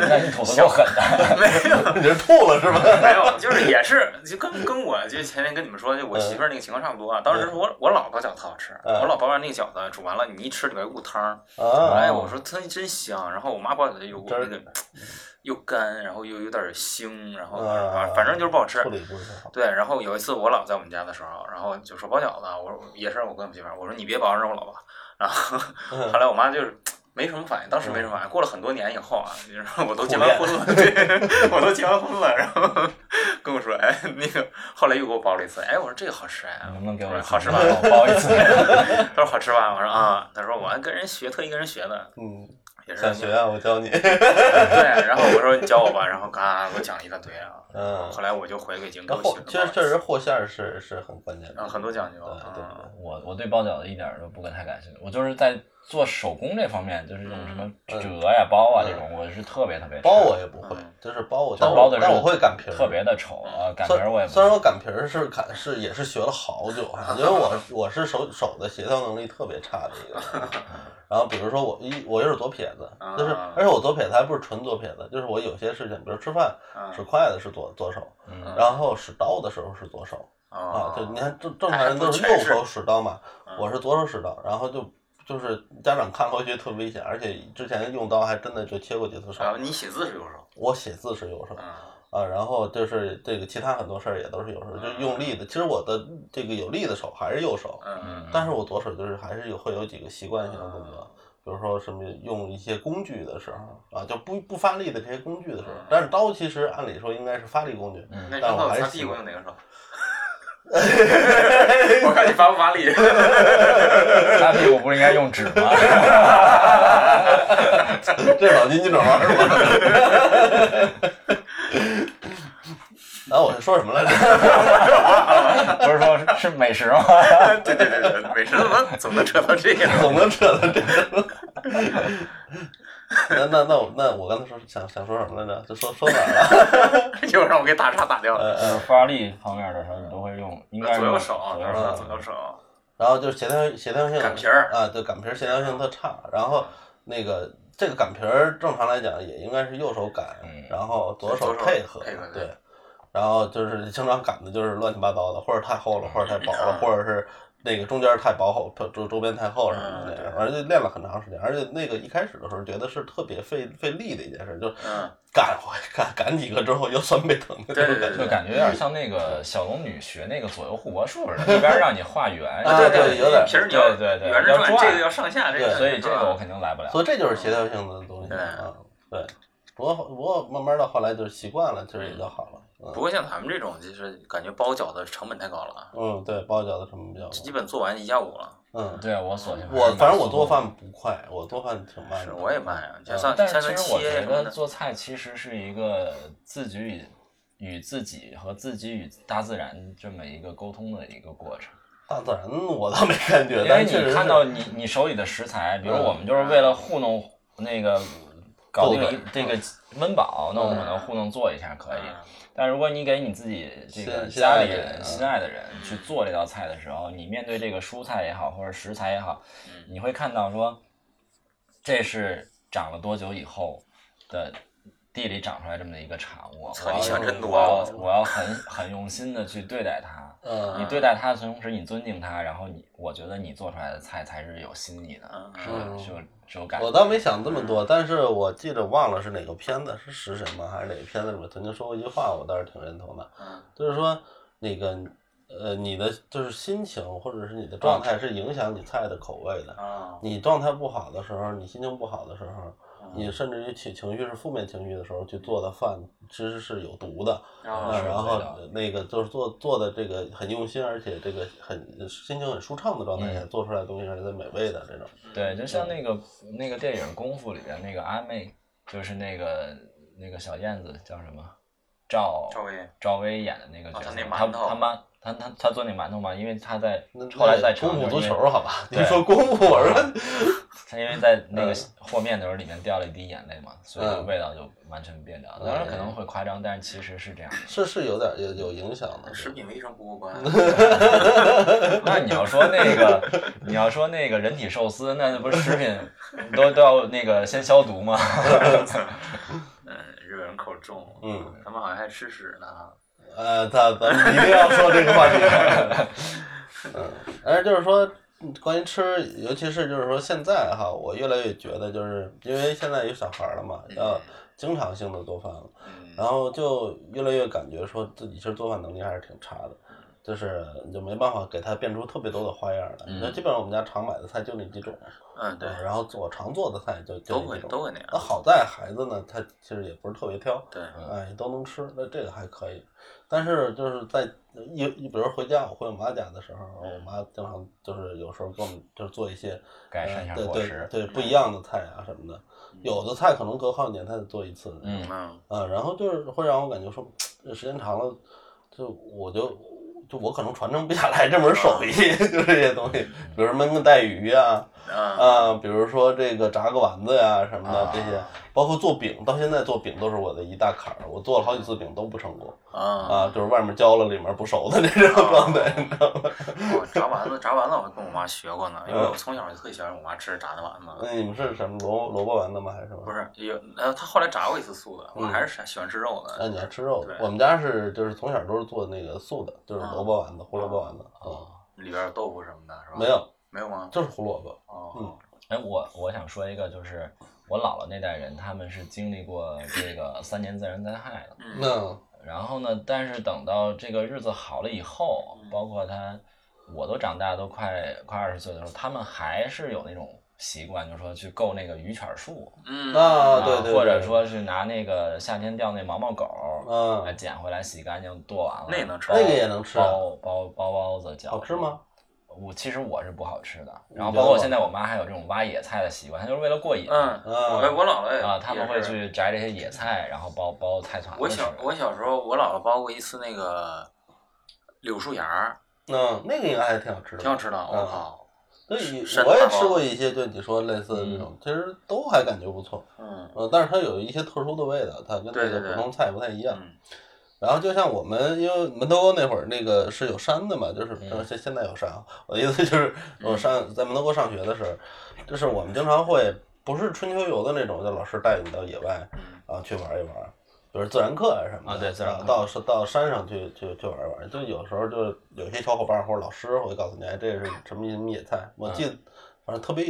D: 那你吐的 够狠的。
C: 没有
B: 这个，你是吐了是 吧？
C: 没有，就是也是，就跟跟我就前面跟你们说，就我媳妇儿那个情况差不多啊。当时我我姥包饺子特好吃，
B: 嗯
C: 我姥包完那个饺子煮完了，你一吃里边有股汤儿，
B: 啊，
C: 哎，我说真真香。然后我妈包饺子有股
B: 汁儿
C: 那个又干，然后又有点儿腥，然后
B: 嗯
C: 反反正就是不好吃
B: 处。理不是 很好。
C: 对，然后有一次我姥在我们家的时候，然后就说包饺子，啊我说也是我跟我媳妇儿，我说你别包，让我姥包。然后
B: 嗯
C: 后来我妈就是没什么反应，当时没什么反应。过了很多年以后啊，就是我都结
B: 苦
C: 完
B: 练
C: 婚了， 对，我都结完婚了，然后跟我说，哎，那个后来又给我包了一次，哎，我说这个好吃哎，
D: 你能不能给我一次
C: 好吃 吧？
D: 我包一次。
C: 他说好吃吧？我说啊，他说我还跟人学，特意跟人学的，
B: 嗯，
C: 也是
B: 想学啊，我教你。
C: 对，然后我说你教我吧，然后嘎给我讲了一大堆啊。
B: 嗯，
C: 后来我就回北京，给
B: 那
C: 我
B: 和
C: 媳妇
B: 其实
C: 包
B: 确实和馅儿是是很关键的
C: 嗯，很多讲究，
B: 对对
C: 嗯
B: 对，
D: 我我对包饺子一点儿都不太感兴趣，我就是在做手工这方面，就是这种什么折呀、包啊这种，我是特别特别差
B: 包我也不会
C: 嗯，
B: 就是包我，
D: 就
B: 但
D: 是
B: 我
D: 包的
B: 但
D: 肉
B: 我会擀皮儿，嗯
D: 特别的丑啊，擀皮
B: 虽
D: 儿我也不
B: 虽然我擀皮儿是擀是也是学了好久啊，因为我我是手手的协调能力特别差的一个 人。然后比如说我一我又是左撇子，就是
C: 啊
B: 而且我左撇子还不是纯左撇子，就是我有些事情，比如吃饭
C: 嗯
B: 使筷子是左左手，
D: 啊嗯
B: 然后使刀的时候是左手啊
C: 啊，
B: 就你看正正常人都是右手使刀嘛，
D: 啊
B: 我是左手使刀，然后就。就是家长看过去特危险，而且之前用刀还真的就切过几次手。
C: 啊，你写字是右手，
B: 我写字是右手，
C: 嗯
B: 啊，然后就是这个其他很多事儿也都是有时候就用力的。其实我的这个有力的手还是右手，
C: 嗯
B: 但是我左手就是还是有会有几个习惯性的动作，比如说什么用一些工具的时候啊，就不不发力的这些工具的时候
C: 嗯。
B: 但是刀其实按理说应该是发力工具，
D: 嗯
C: 那你
B: 但
C: 说
B: 我还
C: 我
B: 是
C: 擦屁
B: 习
C: 股
B: 惯
C: 用哪个 手？我看你发不发 力。
D: 擦屁股不是应该用纸吗？
B: 这老金鸡爪儿是吧？ 然后我是说什么来着？
D: 不是说是是美食吗？
C: 对对对对，对没事，怎么怎么扯到 这个 呢？
B: 总能扯到这个。 那那那我那我刚才说想想说什么来着？就说说哪儿了？
C: 又让我给打岔打掉了。
B: 呃呃，
D: 发力方面的时候，你都会用，应该是
C: 左右手，
D: 左右
C: 然后
D: 手
C: 左右手，
B: 然后就是协调协调性
C: 擀皮儿
B: 啊，对擀皮儿协调性特差。然后那个这个擀皮儿正常来讲也应该是右手擀，
D: 嗯
B: 然后左手
C: 左手
B: 配合，
C: 配合对
B: 对。然后就是经常擀的就是乱七八糟的，或者太厚了，或者太薄了，
C: 嗯
B: 或者是那个中间太薄厚，周周边太厚什么的
C: 嗯
B: 那
C: 对
B: 样。而且练了很长时间，而且那个一开始的时候觉得是特别费费力的一件事，就
C: 嗯，
B: 擀擀擀几个之后腰酸背疼的那
C: 对
B: 种
C: 对
B: 感
C: 对
B: 觉。
D: 就感觉有点像那个小龙女学那个左右护国术似的，一边让你画圆，
B: 啊
D: 一边
B: 对有点
C: 皮儿你要
D: 嗯对对对
C: 圆着
D: 要
C: 转，
D: 转
C: 这个要上下，这
B: 对
C: 个
D: 所以这个我肯定来不了。
B: 所以这就是协调性的东西
C: 对
B: 啊。对，不过不过慢慢到后来就是习惯了，其实也就好了。
C: 不
B: 嗯
C: 过像咱们这种，就是感觉包饺子成本太高了啊，
B: 嗯，对，包饺子什么比较
C: 基本做完一下午了。
B: 嗯，
D: 对我索性还是
B: 我反正
D: 买
B: 我做
D: 速冻
B: 饭不快，我做饭挺慢
C: 是，
B: 的。
C: 我也慢呀，像
B: 嗯
C: 上
D: 但
C: 像
D: 是
C: 咱
D: 其实我
C: 切
D: 觉
C: 什么
D: 得
C: 的，
D: 做菜其实是一个自己与与自己和自己与大自然这么一个沟通的一个过程。
B: 大自然我倒没感觉，
D: 因为
B: 但确实
D: 你
B: 是
D: 看到你你手里的食材，
C: 嗯
D: 比如我们就是为了糊弄那个搞定一这
C: 嗯
D: 个温饱，那我们可能糊弄做一下
C: 哎
D: 可以。但如果你给你自己这个
B: 心心
D: 家
B: 爱
D: 里
B: 的
D: 人、
B: 人嗯
D: 心爱的人去做这道菜的时候，你面对这个蔬菜也好，或者食材也好，
B: 嗯
D: 你会看到说，这是长了多久以后的地里长出来这么一个产物。
C: 操
D: 我要
C: 你想真多
B: 啊
C: 啊
D: 我要
C: 我操
D: 我要很很用心的去对待它。
B: 嗯
D: 你对待它的同时，你尊敬它，然后你，我觉得你做出来的菜才是有心意的
C: 嗯，
D: 是有是有是有感
B: 我
D: 觉。
B: 倒没想这么多，但是我记得忘了是哪个片子，是食神吗？还是哪个片子里面曾经说过一句话，我倒是挺认同的，
C: 嗯
B: 就是说那个呃，你的就是心情或者是你的
D: 嗯
B: 状态是影响你菜的口味的。
C: 啊，嗯
B: 你状态不好的时候，你心情不好的时候，
D: 嗯
B: 你甚至于情情绪是负面情绪的时候去做的饭，其实是有毒的。
C: 然
B: 啊
C: 后
D: 是
B: 然
D: 有
B: 后
D: 味道的
B: 那个就是做做的这个很用心，而且这个很心情很舒畅的状态下
D: 嗯
B: 做出来的东西，还是很美味的这种。
C: 嗯
D: 对，就像那个那个电影《功夫》里边那个阿妹，就是那个那个小燕子叫什么？赵
C: 赵薇
D: 赵薇演的那个角
C: 啊
D: 色
C: 她，那
D: 她
C: 馒头
D: 她妈她她她做那馒头嘛，因为她在
B: 那
D: 后来在成
B: 功夫足
D: 都因为
B: 球，好 吧？
D: 对
B: 您说功夫，我说
D: 她因为在那个
B: 啊嗯
D: 和面的时候里面掉了一滴眼泪嘛，所以
B: 嗯
D: 味道就完全变掉了。
B: 嗯
D: 当然可能会夸张，但是其实是这样的。
B: 是是有点有有影响的。
C: 嗯食品卫生不过关，
D: 那你要说那个，你要说那个人体寿司，那不是食品 都都要那个先消毒吗？
C: 嗯，日本人口重，
B: 嗯，
C: 他们好像还吃屎呢，
B: 呃，咱咱们一定要说这个话题。嗯，但是就是说，关于吃，尤其是就是说现在哈，我越来越觉得，就是因为现在有小孩了嘛，要经常性的做饭了，
C: 嗯
B: 然后就越来越感觉说自己其实做饭能力还是挺差的。就是你就没办法给他变出特别多的花样来，
D: 嗯
B: 那、基本上我们家常买的菜就那几种，
C: 嗯，对，
B: 然后我常做的菜就就
C: 都
B: 那
C: 会
B: 几种。
C: 都会那样
B: 那，好在孩子呢，他其实也不是特别挑，
C: 对，嗯
D: 嗯
B: 哎，都能吃，那这个还可以。但是就是在一一，比如回家，我回我妈家的时候，
D: 嗯
B: 我妈经常就是有时候给我们就是做一些
D: 改善一下
B: 呃
D: 伙
B: 对
D: 食嗯
B: 对对不一样的菜啊什么的。有的菜可能隔好几年才得做一次，
D: 嗯
C: 嗯
B: 啊，然后就是会让我感觉说，这时间长了，就我就就我可能传承不下来这门手艺， 就这些东西，
D: 嗯
B: 比如焖个带鱼啊，
C: 啊，
B: 啊，比如说这个炸个丸子呀、什么的
D: 啊
B: 这些，包括做饼，到现在做饼都是我的一大坎儿，我做了好几次饼都不成功
C: 啊，
B: 啊，就是外面焦了，里面不熟的那种状态，你知道吗？
C: 我哦炸丸子，炸丸子我还跟我妈学过呢，因为
B: 嗯
C: 我从小就特喜欢我妈吃炸的丸子，
B: 那你们是什么萝卜萝卜丸子吗？还是什么
C: 不？是有呃，她后来炸过一次素的，我还是喜欢吃肉
B: 嗯
C: 的，
B: 哎那你要吃肉的，
C: 对啊
B: 我们家是就是从小都是做那个素的，就是萝卜
D: 哦
B: 丸子、胡萝卜丸子，嗯，
C: 里边有豆腐什么的，是吧？
B: 没有，嗯
C: 没有吗？
B: 就是胡萝卜，
C: 哦，
D: 哎，我我想说一个，就是我姥姥那代人，他们是经历过这个三年自然灾害的。
C: 嗯
B: 那
D: 然后呢，但是等到这个日子好了以后，
B: 嗯
D: 包括他，我都长大都快快二十岁的时候，他们还是有那种习惯，就是说去够那个鱼犬树，
C: 嗯
B: 啊，
D: 啊
B: 对对，
D: 或者
B: 对，
D: 说是拿那个夏天钓那毛毛狗，
B: 嗯
D: 啊，
C: 哎
D: 捡回来洗干净剁完了，
C: 那也能吃
B: 那个也能吃啊，
C: 哦
D: 包包包包子饺子，
B: 好吃吗？？
D: 我其实我是不好吃的，然后
B: 你觉得
D: 包括
B: 吗
D: 现在我妈还有这种挖野菜的习惯，她就是为了过瘾。
C: 嗯，我
B: 嗯
C: 我姥姥也
D: 啊，他们
C: 也
D: 会
C: 是
D: 去摘这些野菜，然后包包菜团
C: 我
D: 子吃
C: 小我小时候，我姥姥包过一次那个柳树芽儿，
B: 嗯，那个应该还挺好吃的，
C: 挺好吃的。我
B: 嗯
C: 靠，
B: 对，以
C: 山
B: 我也
C: 大包
B: 吃过一些对你说类似的这种，其实都还感觉不错。
C: 嗯
B: 呃，但是它有一些特殊的味道，它跟那
C: 对对
B: 个
C: 对
B: 普通菜不太一样。
C: 嗯
B: 然后就像我们，因为门头沟那会儿那个是有山的嘛，就是呃
D: 嗯
B: 现、现在有山啊。我的意思就是，我上在门头沟上学的时候，就是我们经常会不是春秋游的那种，就老师带你到野外
C: 嗯
B: 啊去玩一玩，就是自然课啊什么的
D: 啊对自然课
B: 到到山上去去去玩一玩。就有时候就有些小伙伴或者老师会告诉你，哎，这是什么什么野菜。
D: 嗯
B: 我记，反正特别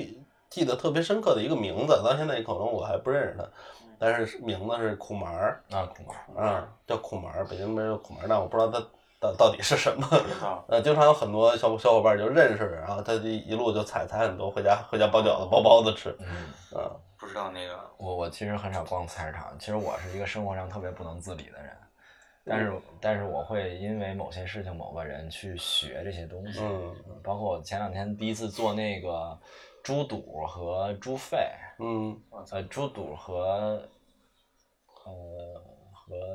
B: 记得特别深刻的一个名字，到现在可能我还不认识它，
D: 嗯
B: 但是名字是苦麻儿。
D: 啊，苦瓜
B: 啊，叫苦麻儿，北京边儿叫苦麻儿，但我不知道它到到底是什么。
C: 道
B: 呃，经常有很多小小伙伴儿就认识，然后他就一路就采采很多，回家回家包饺子、包包子吃。
D: 嗯，
B: 啊，
C: 不知道那个
D: 我我其实很少逛菜市场，其实我是一个生活上特别不能自理的人，
B: 嗯
D: 但是但是我会因为某些事情、某个人去学这些东西，
B: 嗯
D: 包括我前两天第一次做那个猪肚和猪肺，
B: 嗯，
D: 呃，猪肚和呃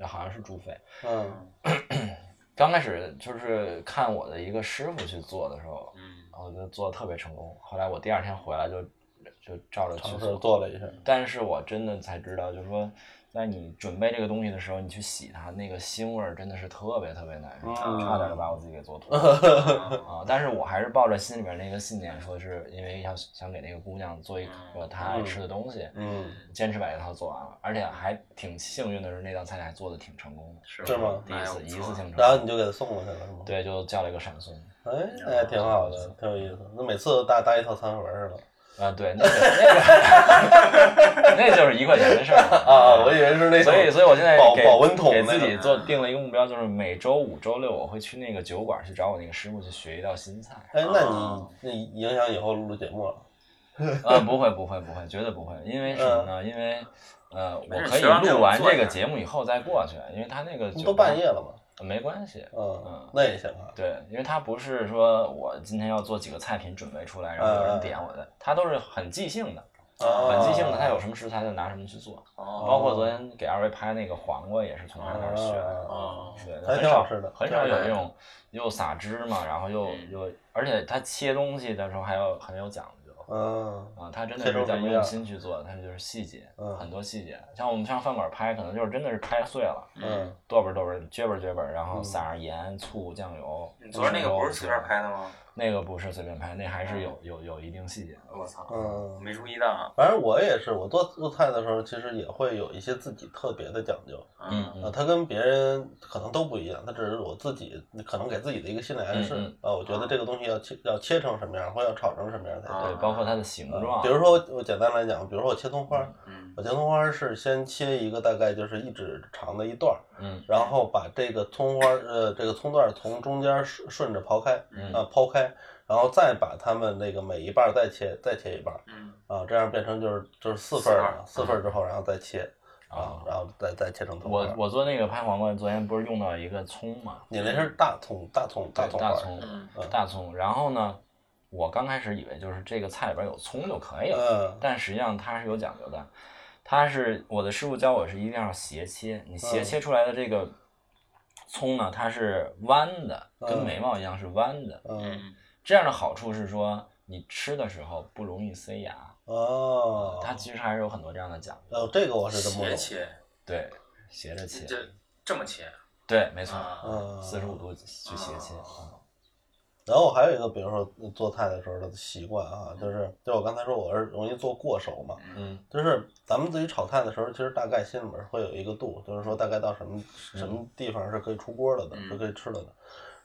D: 和好像是猪肺，
B: 嗯
D: 刚开始就是看我的一个师傅去做的时候，
C: 嗯
D: 然后就做的特别成功。后来我第二天回来就就照着去
B: 尝试
D: 做，
B: 做了一下，嗯
D: 但是我真的才知道，就是说，在你准备这个东西的时候，你去洗它，那个腥味儿真的是特别特别难受，
B: 嗯
D: 差点就把我自己给做 吐了啊！但是我还是抱着心里边那个信念，说是因为想想给那个姑娘做一个她爱吃的东西，
B: 嗯，
D: 坚持把这套做完了，而且还挺幸运的是，那道菜还做的挺成功的，
C: 是
B: 是吗
C: 哎
D: 第一次一次性成功。
B: 然后你就给他送过去了是吗？，
D: 对，就叫了一个闪送。
B: 哎，那还挺好的，挺有意思。那每次都搭搭一套餐盒是吧？
D: 啊，对，那个那个， 那就是一块钱的事儿嘛
B: 啊，我以为是那种，
D: 嗯所以，所以我现在
B: 保
D: 给
B: 保温桶
D: 给
B: 那
D: 自己
B: 种
D: 做定了一个目标，就是每周五、周六我会去那个酒馆去找我那个师傅去学一道 新菜。
B: 哎，那
C: 啊
B: 你你影响以后录节目了？
D: 啊，不会，不会，不会，绝对不会，因为什么
B: 嗯
D: 呢？因为呃，
C: 没
D: 我
C: 事
D: 可以
C: 学完给我
D: 录
C: 们
D: 完
C: 做
D: 这
C: 一
D: 个
C: 下
D: 节目以后再过去，因为他那个
B: 你
D: 酒
B: 都
D: 吧
B: 半夜了嘛？
D: 没关系。
B: 嗯
D: 嗯，
B: 那也行啊。
D: 对，因为他不是说我今天要做几个菜品准备出来，然后有
B: 嗯
D: 人点我的，他都是很即兴的，
B: 啊
D: 很即兴的，他有什么食材就拿什么去做。
C: 哦
D: 包括昨天给二位拍那个黄瓜也是从他那儿学的，
C: 哦，
D: 对，
B: 还
D: 很
B: 挺好
D: 少
B: 吃的
D: 很少有那种又撒芝麻，然后又
C: 嗯
D: 又，而且他切东西的时候还有很有讲究
B: 嗯。
D: 啊，他真的
B: 切都
D: 是
B: 不
D: 在
B: 一样
D: 用心去做，他就是细节
B: 嗯，
D: 很多细节，像我们上饭馆拍，可能就是真的是拍碎了，
B: 嗯，
D: 剁吧剁吧，撅吧撅吧，然后撒上盐、醋、酱油。
C: 你昨儿那个不是随便拍的吗？
D: 那个不是随便拍，那还是有有有一定细节的。
C: 我操，
B: 嗯
C: 没注意到。啊
B: 反正我也是，我做做菜的时候，其实也会有一些自己特别的讲究
D: 嗯
B: 啊，它跟别人可能都不一样，它只是我自己可能给自己的一个心理暗示
D: 嗯
B: 啊，我觉得这个东西要切要切成什么样，或要炒成什么样才
C: 啊
B: 对。
D: 嗯
B: 啊
D: 对，包括它的形状，
B: 嗯比如说我简单来讲，比如说我切葱花儿，
C: 嗯
B: 我切葱花儿是先切一个大概就是一指长的一段儿，
D: 嗯
B: 然后把这个葱花儿呃这个葱段儿从中间顺顺着刨开
D: 嗯
B: 啊剖开，然后再把它们那个每一瓣儿再切再切一半儿。
C: 嗯
B: 啊，这样变成就是就是四份儿嘛，四份儿之后然后再切啊
D: 啊，
B: 然后再再切成头
D: 我我做那个拍黄瓜，昨天不是用到一个葱嘛，
B: 你那是大葱大葱
D: 对
B: 葱花
D: 大
B: 儿，
D: 葱
C: 嗯
D: 大葱。然后呢，我刚开始以为就是这个菜里边有葱就可以了，
B: 嗯
D: 但实际上它是有讲究的。它是我的师傅教我是一定要斜切，你斜
B: 嗯
D: 切出来的这个葱呢，它是弯的，跟
B: 嗯
D: 眉毛一样是弯的。
B: 嗯
C: 嗯
D: 这样的好处是说，你吃的时候不容易塞牙。
B: 哦，
D: 它其实还是有很多这样的讲究，
B: 哦这个我是真不
C: 斜
B: 懂，
C: 切，
D: 对，斜着切，
C: 这这么切
D: 对，没错，
C: 啊？
B: 嗯，
D: 四十五度去斜切。
B: 然后我还有一个，比如说做菜的时候的习惯啊，就是就我刚才说我是容易做过手嘛，
D: 嗯
B: 就是咱们自己炒菜的时候，其实大概心里面会有一个度，就是说大概到什么什么地方是可以出锅了的，
C: 嗯
B: 是可以吃了的。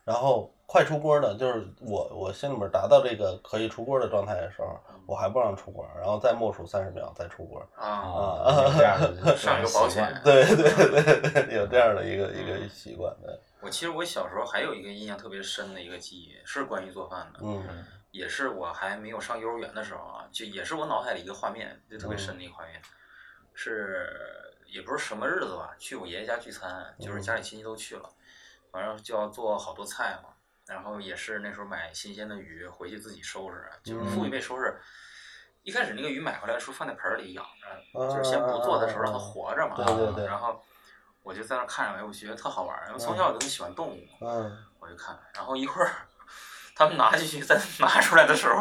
B: 然后快出锅呢，就是我我心里面达到这个可以出锅的状态的时候，我还不让出锅，然后再默数三十秒再出锅。嗯
C: 啊，
D: 啊，有这样的
C: 上一个
D: 习
C: 保
D: 惯
C: 险。
B: 对对对对，有这样的一个一
C: 嗯
B: 个习惯的，
C: 我其实我小时候还有一个印象特别深的一个记忆，是关于做饭的，
B: 嗯
C: 也是我还没有上幼儿园的时候啊，就也是我脑海里一个画面，就特别深的一个画面，是也不是什么日子吧，去我爷爷家聚餐，就是家里亲戚都去了，反正就要做好多菜嘛，然后也是那时候买新鲜的鱼回去自己收拾，啊就是父一辈收拾。一开始那个鱼买回来的时候放在盆儿里养着，就是先不做的时候让它活着嘛。
B: 啊
C: 啊
B: 对对对
C: 然后我就在那儿看着，哎，我觉得特好玩儿，因为从小我就特喜欢动物嘛。
B: 嗯
C: 我就看，然后一会儿他们拿进去再拿出来的时 候，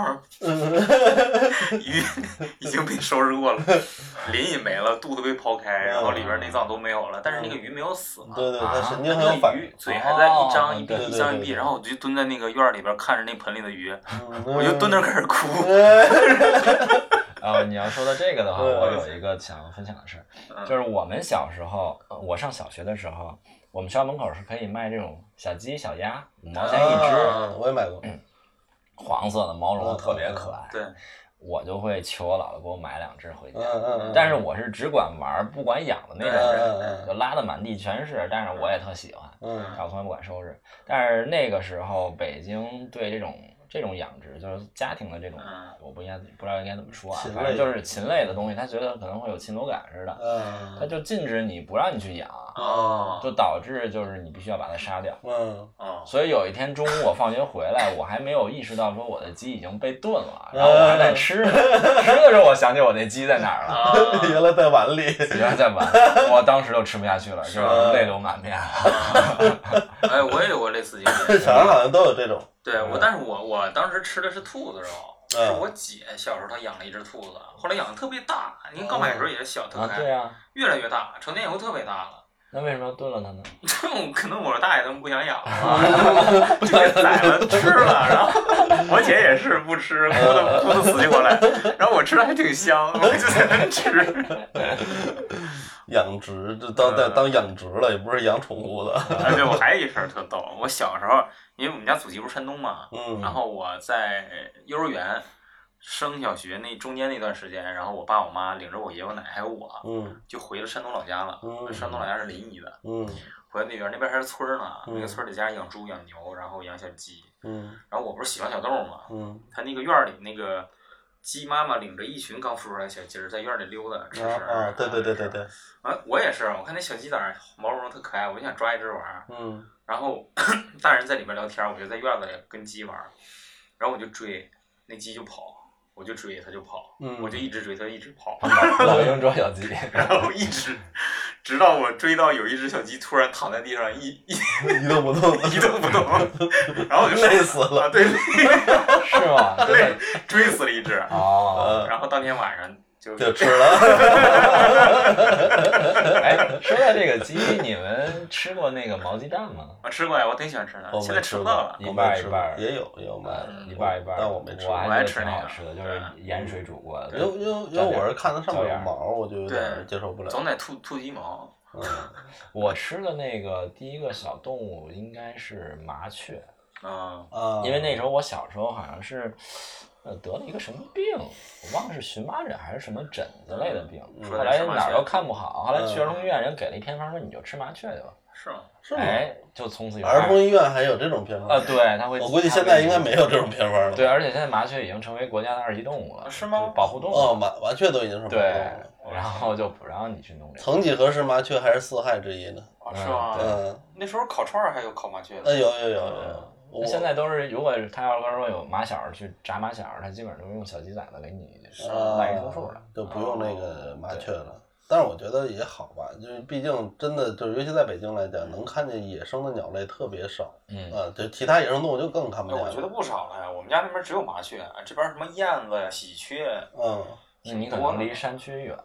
C: 鱼已经被收拾过了，鳞也没了，肚子被剖开，然后里边内脏都没有了，但是那个鱼没有死嘛。
B: 对对，他神经
C: 但
B: 很有
C: 啊那个
B: 反
C: 鱼
B: 应，
C: 嘴还在一张一闭，
B: 哦对对
C: 一张一
B: 对
C: 闭，
B: 对
C: 然后我就蹲在那个院儿里边看着那盆里的鱼，
B: 我
C: 我就蹲那儿开始哭。
B: 嗯
D: 啊、你要说到这个的话，
B: 对
D: 我有一个想分享的事儿，就是我们小时候，呃我上小学的时候，我们学校门口是可以卖这种小鸡、小鸭，五毛钱一只，
B: 啊我也买过，
C: 嗯
D: 黄色的毛绒，特别可爱。
C: 对，
D: 我就会求我姥姥给我买两只回家。
B: 嗯嗯嗯，
D: 但是我是只管玩儿不管养的那种
B: 嗯嗯
D: 人，
B: 嗯
D: 就拉的满地全是。但是我也特喜欢，
B: 嗯
D: 但我从来不敢收拾。但是那个时候，北京对这种这种养殖，就是家庭的这种
C: 嗯，
D: 我不应该不知道应该怎么说啊
B: 禽，类
D: 反正就是禽类的东西，他觉得可能会有侵夺感似的，
B: 嗯
D: 他就禁止你不让你去养，
C: 哦，
D: 就导致就是你必须要把它杀掉。
B: 嗯
C: 哦，
D: 所以有一天中午我放学回来，我还没有意识到说我的鸡已经被炖了，然后我还在吃呢。吃的时候我想起我那鸡在哪儿了，
C: 啊，
B: 原来在碗里，
D: 然后在玩，我当时就吃不下去了，就是泪流满面了。
C: 哎，我也有过类似经 历。
B: 小孩好像都有这种，
C: 对
D: 嗯
C: 我，但是我我当时吃的是兔子肉，
B: 嗯
C: 是我姐小时候她养了一只兔子，后来养的特别大，您刚买的时候也是小，特
D: 啊，
C: 可
D: 对
C: 爱，
D: 呀、啊，
C: 越来越大，成年以后特别大了。
D: 那为什么要炖了它呢？
C: 可能我大爷他们不想养 了，就给宰了吃了。然后我姐也是不吃，哭的
D: 嗯
C: 哭的死去活来。然后我吃的还挺香，我就在那吃。
B: 养殖就当在当养殖了，也不是养宠物的，
C: 哎，对，我还有一事儿特逗。我小时候，因为我们家祖籍不是山东嘛，
B: 嗯
C: 然后我在幼儿园升小学那中间那段时间，然后我爸我妈领着我爷我奶还有我，
B: 嗯
C: 就回了山东老家了。
B: 嗯
C: 山东老家是临沂的，
B: 嗯
C: 回到那边那边还是村儿呢，
B: 嗯
C: 那个村儿里家养猪养牛，然后养小鸡。
B: 嗯
C: 然后我不是喜欢小豆儿嘛，
B: 嗯
C: 他那个院儿里那个鸡妈妈领着一群刚孵出来的小鸡儿在院儿里溜达吃食
B: 啊
C: 儿。
B: 啊，对对对对对，
C: 啊，我也是，我看那小鸡崽儿毛茸茸特可爱，我就想抓一只玩儿。
B: 嗯
C: 然后 大人在里边聊天，我就在院子里跟鸡玩儿，然后我就追，那鸡就跑，我就追，它就跑，
B: 嗯
C: 我就一直追，它一直跑，
D: 老鹰捉小鸡，
C: 然后一直直到我追到有一只小鸡突然躺在地上一一
B: 一动不动，
C: 一动不动，然后我就
B: 累死了
C: 啊对，
D: 是 吗？真
C: 累
D: 的
C: 追死了一只，
D: 哦，
B: 呃，
C: 然后当天晚上就
B: 就吃了，
D: 哎，说到这个鸡，你们吃过那个毛鸡蛋吗？
C: 我吃过呀，我挺喜欢吃的，
B: 我
C: 现
B: 哦没
C: 在吃
B: 吃
C: 不到了。
B: 我
D: 一
B: 没
D: 半
B: 吃
D: 一半
B: 也有也有卖的，
D: 呃一半一半，
B: 但我没吃
D: 我
B: 过。
D: 还
C: 还
D: 觉
C: 吃
D: 得挺
C: 那
D: 好
C: 个
D: 吃的，就是盐水煮过的
B: 因。为因为因为我是看它上面有毛，我就有点
C: 对，
B: 接受不了。
C: 总得吐吐鸡毛。
D: 我吃的那个第一个小动物应该是麻雀，
C: 嗯，
B: 啊，
D: 因为那时候我小时候好像是，呃，得了一个什么病，我忘了是荨麻疹还是什么疹子类的病，
C: 说
D: 后
C: 的
D: 来
C: 是麻
D: 哪儿
C: 雀
D: 都看不好，后来去
B: 嗯
D: 儿童医院人给了一偏方，说你就吃麻雀去吧，
C: 是吗？
B: 是吗？
D: 哎，就从此有
B: 儿童医院还有这种偏方
D: 啊，对，他会，
B: 我估计
D: 它
B: 现
D: 会
B: 在应该没有这种偏方了。
D: 对，而啊且现在麻雀已经成为国家的二级动物了，
C: 是吗
D: 就保护动物，
B: 啊哦，麻麻雀都已经是麻雀
D: 对
B: 了。，
D: 然后就不让你去弄这个，
B: 曾几何时，麻雀还是四害之一呢。
C: 哦，
D: 嗯
C: 是吗？
B: 嗯，
D: 对
B: 呃
C: 那时候烤串儿还有烤麻雀
B: 那
C: 的，
B: 有有有有有。我
D: 那现在都是，如果是他要是说有马小儿去炸马小儿，他基本上都是用小鸡崽子给你
B: 啊
D: 滥竽充数的。哦
B: 就不用那个麻雀了。但是我觉得也好吧，就是毕竟真的就是，尤其在北京来讲，能看见野生的鸟类特别少。
D: 嗯
B: 啊，就其他野生动物就更看
C: 哎，
B: 不见
C: 我觉得
B: 了。
C: 不少了呀。我们家那边只有麻雀，这边什么燕子呀、喜鹊，
B: 嗯，
D: 那你可
C: 多
D: 能
C: 了
D: 离山区 远，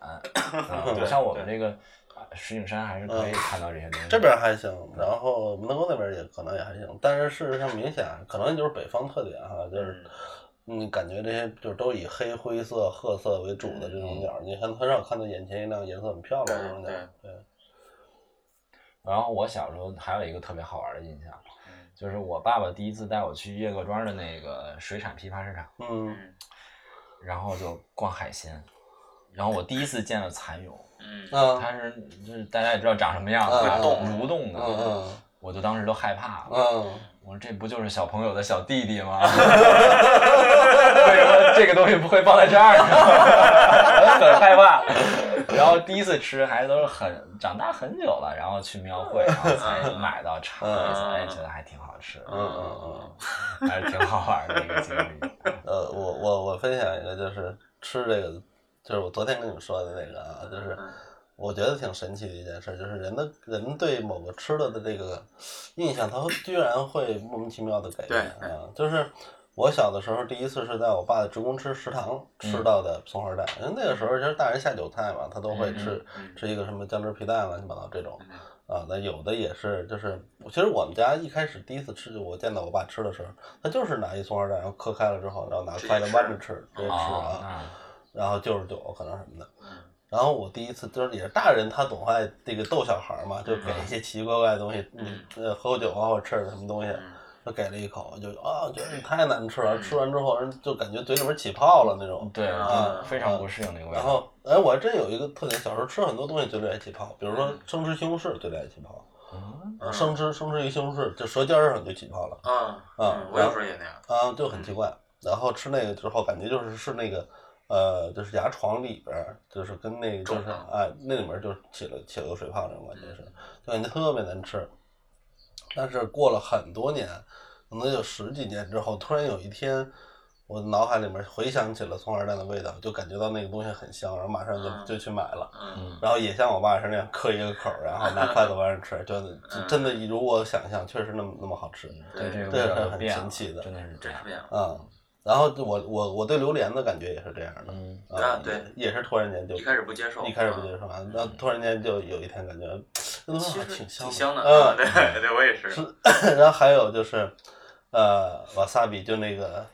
D: 嗯
C: 对
D: 像我们这个啊石景山还是可以
B: 嗯
D: 看到这些东西。
B: 这边还行，然后门头沟那边也可能也还行，但是事实上明显可能就是北方特点哈，就是你感觉这些就是都以黑灰色、褐色为主的这种鸟，你很很少看到眼前一亮、颜色很漂亮这种鸟。对，嗯
D: 然后我小时候还有一个特别好玩的印象，就是我爸爸第一次带我去叶各庄的那个水产批发市场，
B: 嗯
C: 嗯
D: 然后就逛海鲜，然后我第一次见了蚕蛹，
C: 嗯，
B: 啊
D: 它是就是大家也知道长什么样，
B: 嗯
D: 蠕
B: 嗯
D: 动蠕
B: 嗯
D: 动的，
B: 嗯
D: 我就当时都害怕了，
B: 嗯，
D: 我说这不就是小朋友的小弟弟吗？为 什么这个东西不会放在这儿呢？我很害怕。然后第一次吃还都是很长大很久了，然后去庙会，然后才买到尝了一次，哎，觉得还挺好吃，
B: 嗯嗯嗯，
D: 还是挺好玩的一个经历。
B: 呃，我我我分享一个，就是吃这个，就是我昨天跟你说的那个啊，就是
C: 嗯
B: 我觉得挺神奇的一件事，就是人的人对某个吃的的这个印象，它会居然会莫名其妙的改变
C: 对
B: 啊。就是我小的时候，第一次是在我爸的职工吃食堂
C: 嗯
B: 吃到的葱花蛋，因为那个时候其实大人下酒菜嘛，他都会吃
C: 嗯
B: 吃一个什么酱汁皮蛋乱七八糟这种。啊，那有的也是，就是其实我们家一开始第一次吃，就我见到我爸吃的时候，他就是拿一葱花蛋，然后磕开了之后，然后拿筷子弯着吃，直接吃啊，嗯
D: 啊，
B: 然后就是酒可能什么的。然后我第一次就是也是大人，他总爱这个逗小孩儿嘛，就给一些奇奇怪怪的东西，嗯，呃，喝口酒啊或者吃点什么
C: 嗯
B: 东西，就给了一口，就啊，觉得你太难吃了，吃完之后人就感觉嘴里面起泡了那种。
D: 对，嗯
B: 啊
D: 非常不适应那个味
B: 然
D: 道。
B: 后，哎，我还真有一个特点，小时候吃很多东西嘴里爱起泡，比如说生吃西红柿嘴里爱起泡，
D: 嗯
B: 啊，生吃生吃一西红柿，就舌尖儿上就起泡了
C: 啊
B: 啊
C: 嗯，我有时候也那样，
B: 啊，就很奇怪。然后吃那个之后，感觉就是是那个，呃，就是牙床里边儿，就是跟那个就是
C: 肿了
B: 哎，那里面就起了起了个水泡那种感觉是，就感觉特别难吃。但是过了很多年，可能有十几年之后，突然有一天，我脑海里面回想起了葱花蛋的味道，就感觉到那个东西很香，然后马上
C: 嗯
B: 就就去买了。
C: 嗯
B: 然后也像我爸是那样磕一个口儿，然后拿筷子往上吃， 就就
C: 嗯
B: 真的如我想象，确实那么那么好吃
D: 对这个
B: 对
D: 味道
B: 很
D: 就变
B: 神
D: 了，
B: 奇的
D: 真的是这
C: 真
D: 样
C: 是。这样，
B: 啊。然后我我我对榴莲的感觉也是这样的
D: 嗯，
C: 啊对
B: 也是突然间就
C: 一开始不接受，
B: 一开始不接受，啊，那突然间就有一天感觉，那东
C: 嗯，
B: 西
C: 其
B: 还
C: 实
B: 香
C: 挺香的，啊
B: 嗯，
C: 对对，我也是，
B: 然后还有就是，呃，瓦萨比就那个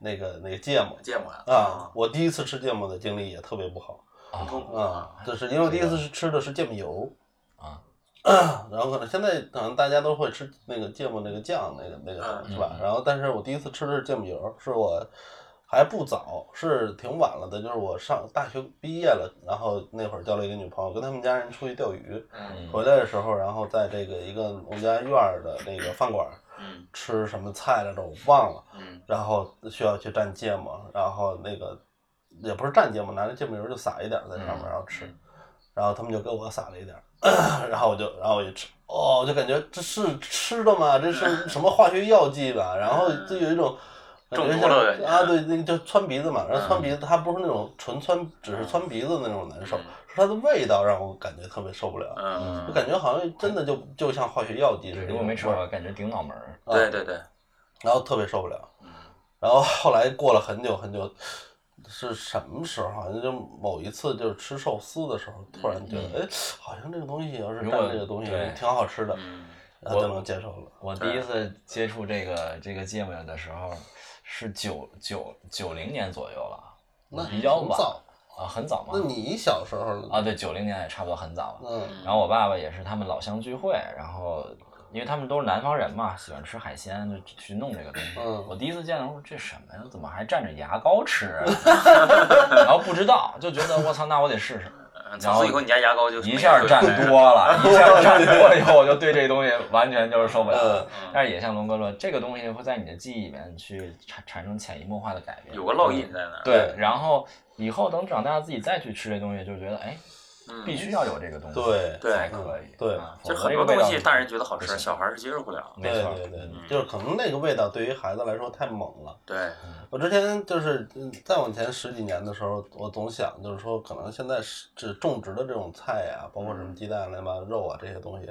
B: 那个那个芥末
C: 芥末呀
B: 啊，，我第一次吃芥末的经历也特别不好
C: 很痛苦
B: 啊，就是因为我第一次是吃的是芥末油，
D: 啊，
B: 然后可能现在可能大家都会吃那个芥末那个酱那个那个
C: 嗯
B: 是吧？然后但是我第一次吃的是芥末油，是我还不早，是挺晚了的，就是我上大学毕业了，然后那会儿交了一个女朋友，跟他们家人出去钓鱼，
C: 嗯
B: 回来的时候，然后在这个一个我们家院儿的那个饭馆儿
C: 嗯
B: 吃什么菜来着，我忘了，
C: 嗯
B: 然后需要去蘸芥末，然后那个也不是蘸芥末，拿那芥末油就撒一点儿在上
C: 嗯
B: 面，然后吃。然后他们就给我撒了一点儿， 然后我就，然后我就吃，哦，我就感觉这是吃的吗？这 是什么化学药剂吧？然后就有一种感觉
C: 嗯中毒了感觉嗯
B: 像啊，对，那个叫窜鼻子嘛，然后窜鼻子，它不是那种纯窜，只是窜鼻子那种难受，是它的味道让我感觉特别受不了，
C: 嗯
B: 就，感觉好像真的就就像化学药剂似
D: 对，
B: 的，
D: 如果没吃过，感觉顶脑门儿。
C: 对对对，
B: 然后特别受不了。
D: 嗯
B: 然后后来过了很久很久，是什么时候？啊好像就某一次就是吃寿司的时候，突然觉得，哎，好像这个东西要是
D: 嗯如
B: 蘸
D: 果
B: 这个东西
D: 对
B: 挺好吃的，
C: 嗯
B: 然后就能接受了。
D: 我第一次接触这个这个芥末的时候是九九九零年左右了，
B: 那
D: 比较
B: 很
D: 晚
B: 早
D: 啊，很早嘛
B: 那。你小时候呢？
D: 啊，对，九零年也差不多很早了。
B: 嗯
D: 然后我爸爸也是他们老乡聚会，然后因为他们都是南方人嘛，喜欢吃海鲜，就去弄这个东西。
B: 嗯
D: 我第一次见的时候，这什么呀？怎么还蘸着牙膏吃啊？ 然后不知道，就觉得我操，那我得试试。
C: 嗯，从此以后你家牙膏就
D: 一下占多了，一下占多了以后，我就对这东西完全就是受不了
B: 嗯。
D: 但是也像龙哥说，这个东西会在你的记忆里面去产产生潜移默化的改变
C: 有。个烙印在那儿，
D: 对，然后以后等长大自己再去吃这东西，就觉得哎，必须要有这个东西，
B: 对
C: 对
D: 才可以。
B: 对
D: 啊
C: 就
D: 否
C: 嗯
D: 则
C: 很
D: 这
C: 多
D: 个味
C: 东
D: 道
C: 西大人觉得好
D: 不
C: 吃，
D: 行
C: 小孩儿是接受不了，
D: 没
B: 对
D: 错，嗯
B: 对对，就是可能那个味道对于孩子来说太猛了。
C: 对，
B: 我之前就是嗯再往前十几年的时候，我总想就是说，可能现在是这种植的这种菜呀、包括什么鸡蛋了嘛、肉啊这些东西，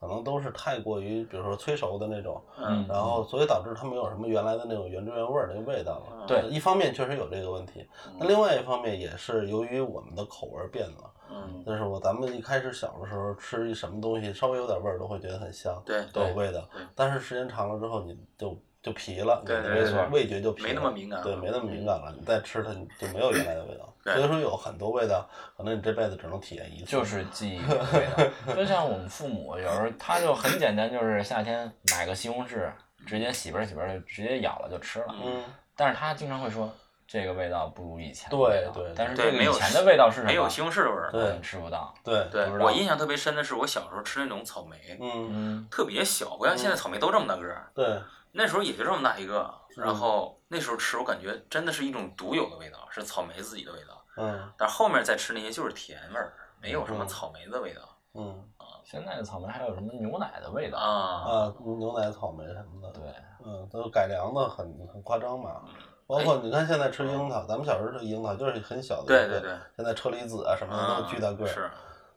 B: 可能都是太过于，比如说催熟的那种，
C: 嗯
B: 然后所以导致它没有什么原来的那种原汁原味儿那个味道了。
D: 对
B: 一方面确实有这个问题，那另外一方面也是由于我们的口味儿变了，
C: 嗯，
B: 就是我咱们一开始小的时候吃一什么东西稍微有点味儿都会觉得很香，
C: 对
B: 都有味道
C: 对对，
B: 但是时间长了之后你就就皮了，
C: 对
B: 你
C: 对
B: 的
D: 对对
B: 味觉就皮了，
C: 没那么敏感了嗯
B: 对，没那么敏感了，你再吃它你就没有原来的味道。
C: 对
B: 所以说有很多味道，可能你这辈子只能体验一次。
D: 就是记忆的味道。就像我们父母有时候他就很简单，就是夏天买个西红柿，直接洗边洗边就直接咬了就吃了。
B: 嗯，
D: 但是他经常会说这个味道不如以前的
B: 对
D: 味道。
B: 对对
D: 但是
C: 对
D: 这个
C: 没有
D: 以前的味道是什么？
C: 没有西红柿的味儿。
B: 对
D: 我们吃不到。
B: 对，
C: 嗯对
D: 不知道
C: 我印象特别深的是，我小时候吃那种草莓，
B: 嗯，
D: 嗯，
C: 特别小，不像现在草莓都这么大个儿，
B: 对，
C: 那时候也就这么大一个。
B: 嗯
C: 然后那时候吃，我感觉真的是一种独有的味道，是草莓自己的味道。
B: 嗯
C: 但后面再吃那些就是甜味儿，没有什么
B: 嗯
C: 草莓的味道
B: 嗯
D: 现在的草莓还有什么牛奶的味道？
C: 啊。
B: 啊，牛奶、草莓什么的，
D: 对，
B: 嗯，都改良的很很夸张嘛。
C: 嗯
B: 包括你看现在吃樱桃，咱们小时候吃樱桃就是很小的，
C: 对对对，
B: 现在车厘子啊什么的
C: 啊
B: 都巨大个儿，
C: 是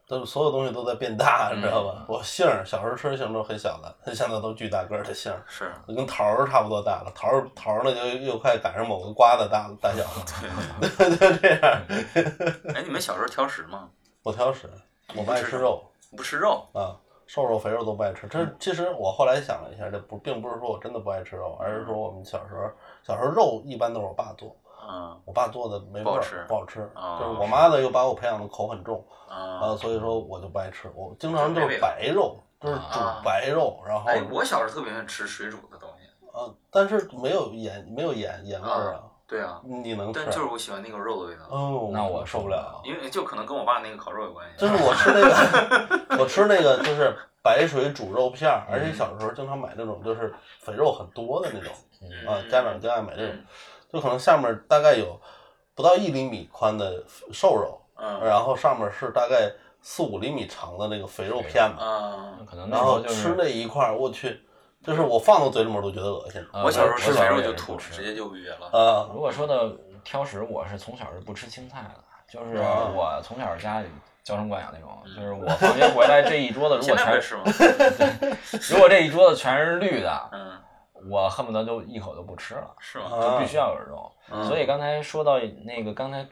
B: 都所有东西都在变大，你知道吧
D: 嗯？
B: 我杏儿小时候吃杏儿都很小的，现在都巨大个儿的杏儿，
C: 是，
B: 跟桃儿差不多大了。桃儿桃儿呢就又快赶上某个瓜的大大小了， 就这样。
C: 哎，你们小时候挑食吗？
B: 我挑食，我不爱吃肉
C: 不吃肉
B: 啊，瘦肉肥肉都不爱吃。这其实我后来想了一下，这不并不是说我真的不爱吃肉，而是说我们小时候小时候肉一般都是我爸做，
C: 啊
B: 我爸做的没味
C: 不好
B: 儿
C: 吃，
B: 不好吃。
C: 哦
B: 就是我妈呢又把我培养的口很重。
C: 啊
B: 啊，！所以说我就不爱吃，我经常就是白肉，就是煮
C: 啊
B: 白肉，然后
C: 哎，我小时候特别喜欢吃水煮的东西。
B: 呃，但是没有盐，没有盐盐味儿啊，
C: 对啊，
B: 你能吃
C: 但？就是我喜欢那个肉的味道，
B: 哦，
D: 那我
B: 受不了，
C: 因为就可能跟我爸那个烤肉有关系。
B: 就是我吃那 个，我吃那个就是白水煮肉片儿，而且小时候经常买那种就是肥肉很多的那种
C: 嗯
B: 啊，家长就爱买这种
C: 嗯，
B: 就可能下面大概有不到一厘米宽的瘦肉，
C: 嗯
B: 然后上面是大概四五厘米长的那个肥肉片吧。
C: 啊，
D: 可能那
B: 然
D: 时候
B: 后
D: 就是
B: 吃那一块儿，我去，就是我放到嘴里面都觉得恶心。
D: 啊
C: 我小时候
D: 我
C: 吃
D: 小
C: 肥
D: 时候
C: 肉
D: 也
C: 就是吐，
D: 不吃
C: 直接就哕了。
B: 啊，
D: 如果说到挑食，我是从小是不吃青菜的，就是
B: 啊嗯
D: 我从小家里娇生惯养那种，就是我放学回来这一桌
B: 呃
D: 子，如
C: 现
D: 果
C: 在不
D: 全
C: 也是吗？
D: 如果这一桌子全是绿的，
C: 嗯，
D: 我恨不得就一口都不吃了，
C: 是吗？嗯
D: 就
B: 啊
D: 必须要有肉。嗯所以刚才说到那个，刚才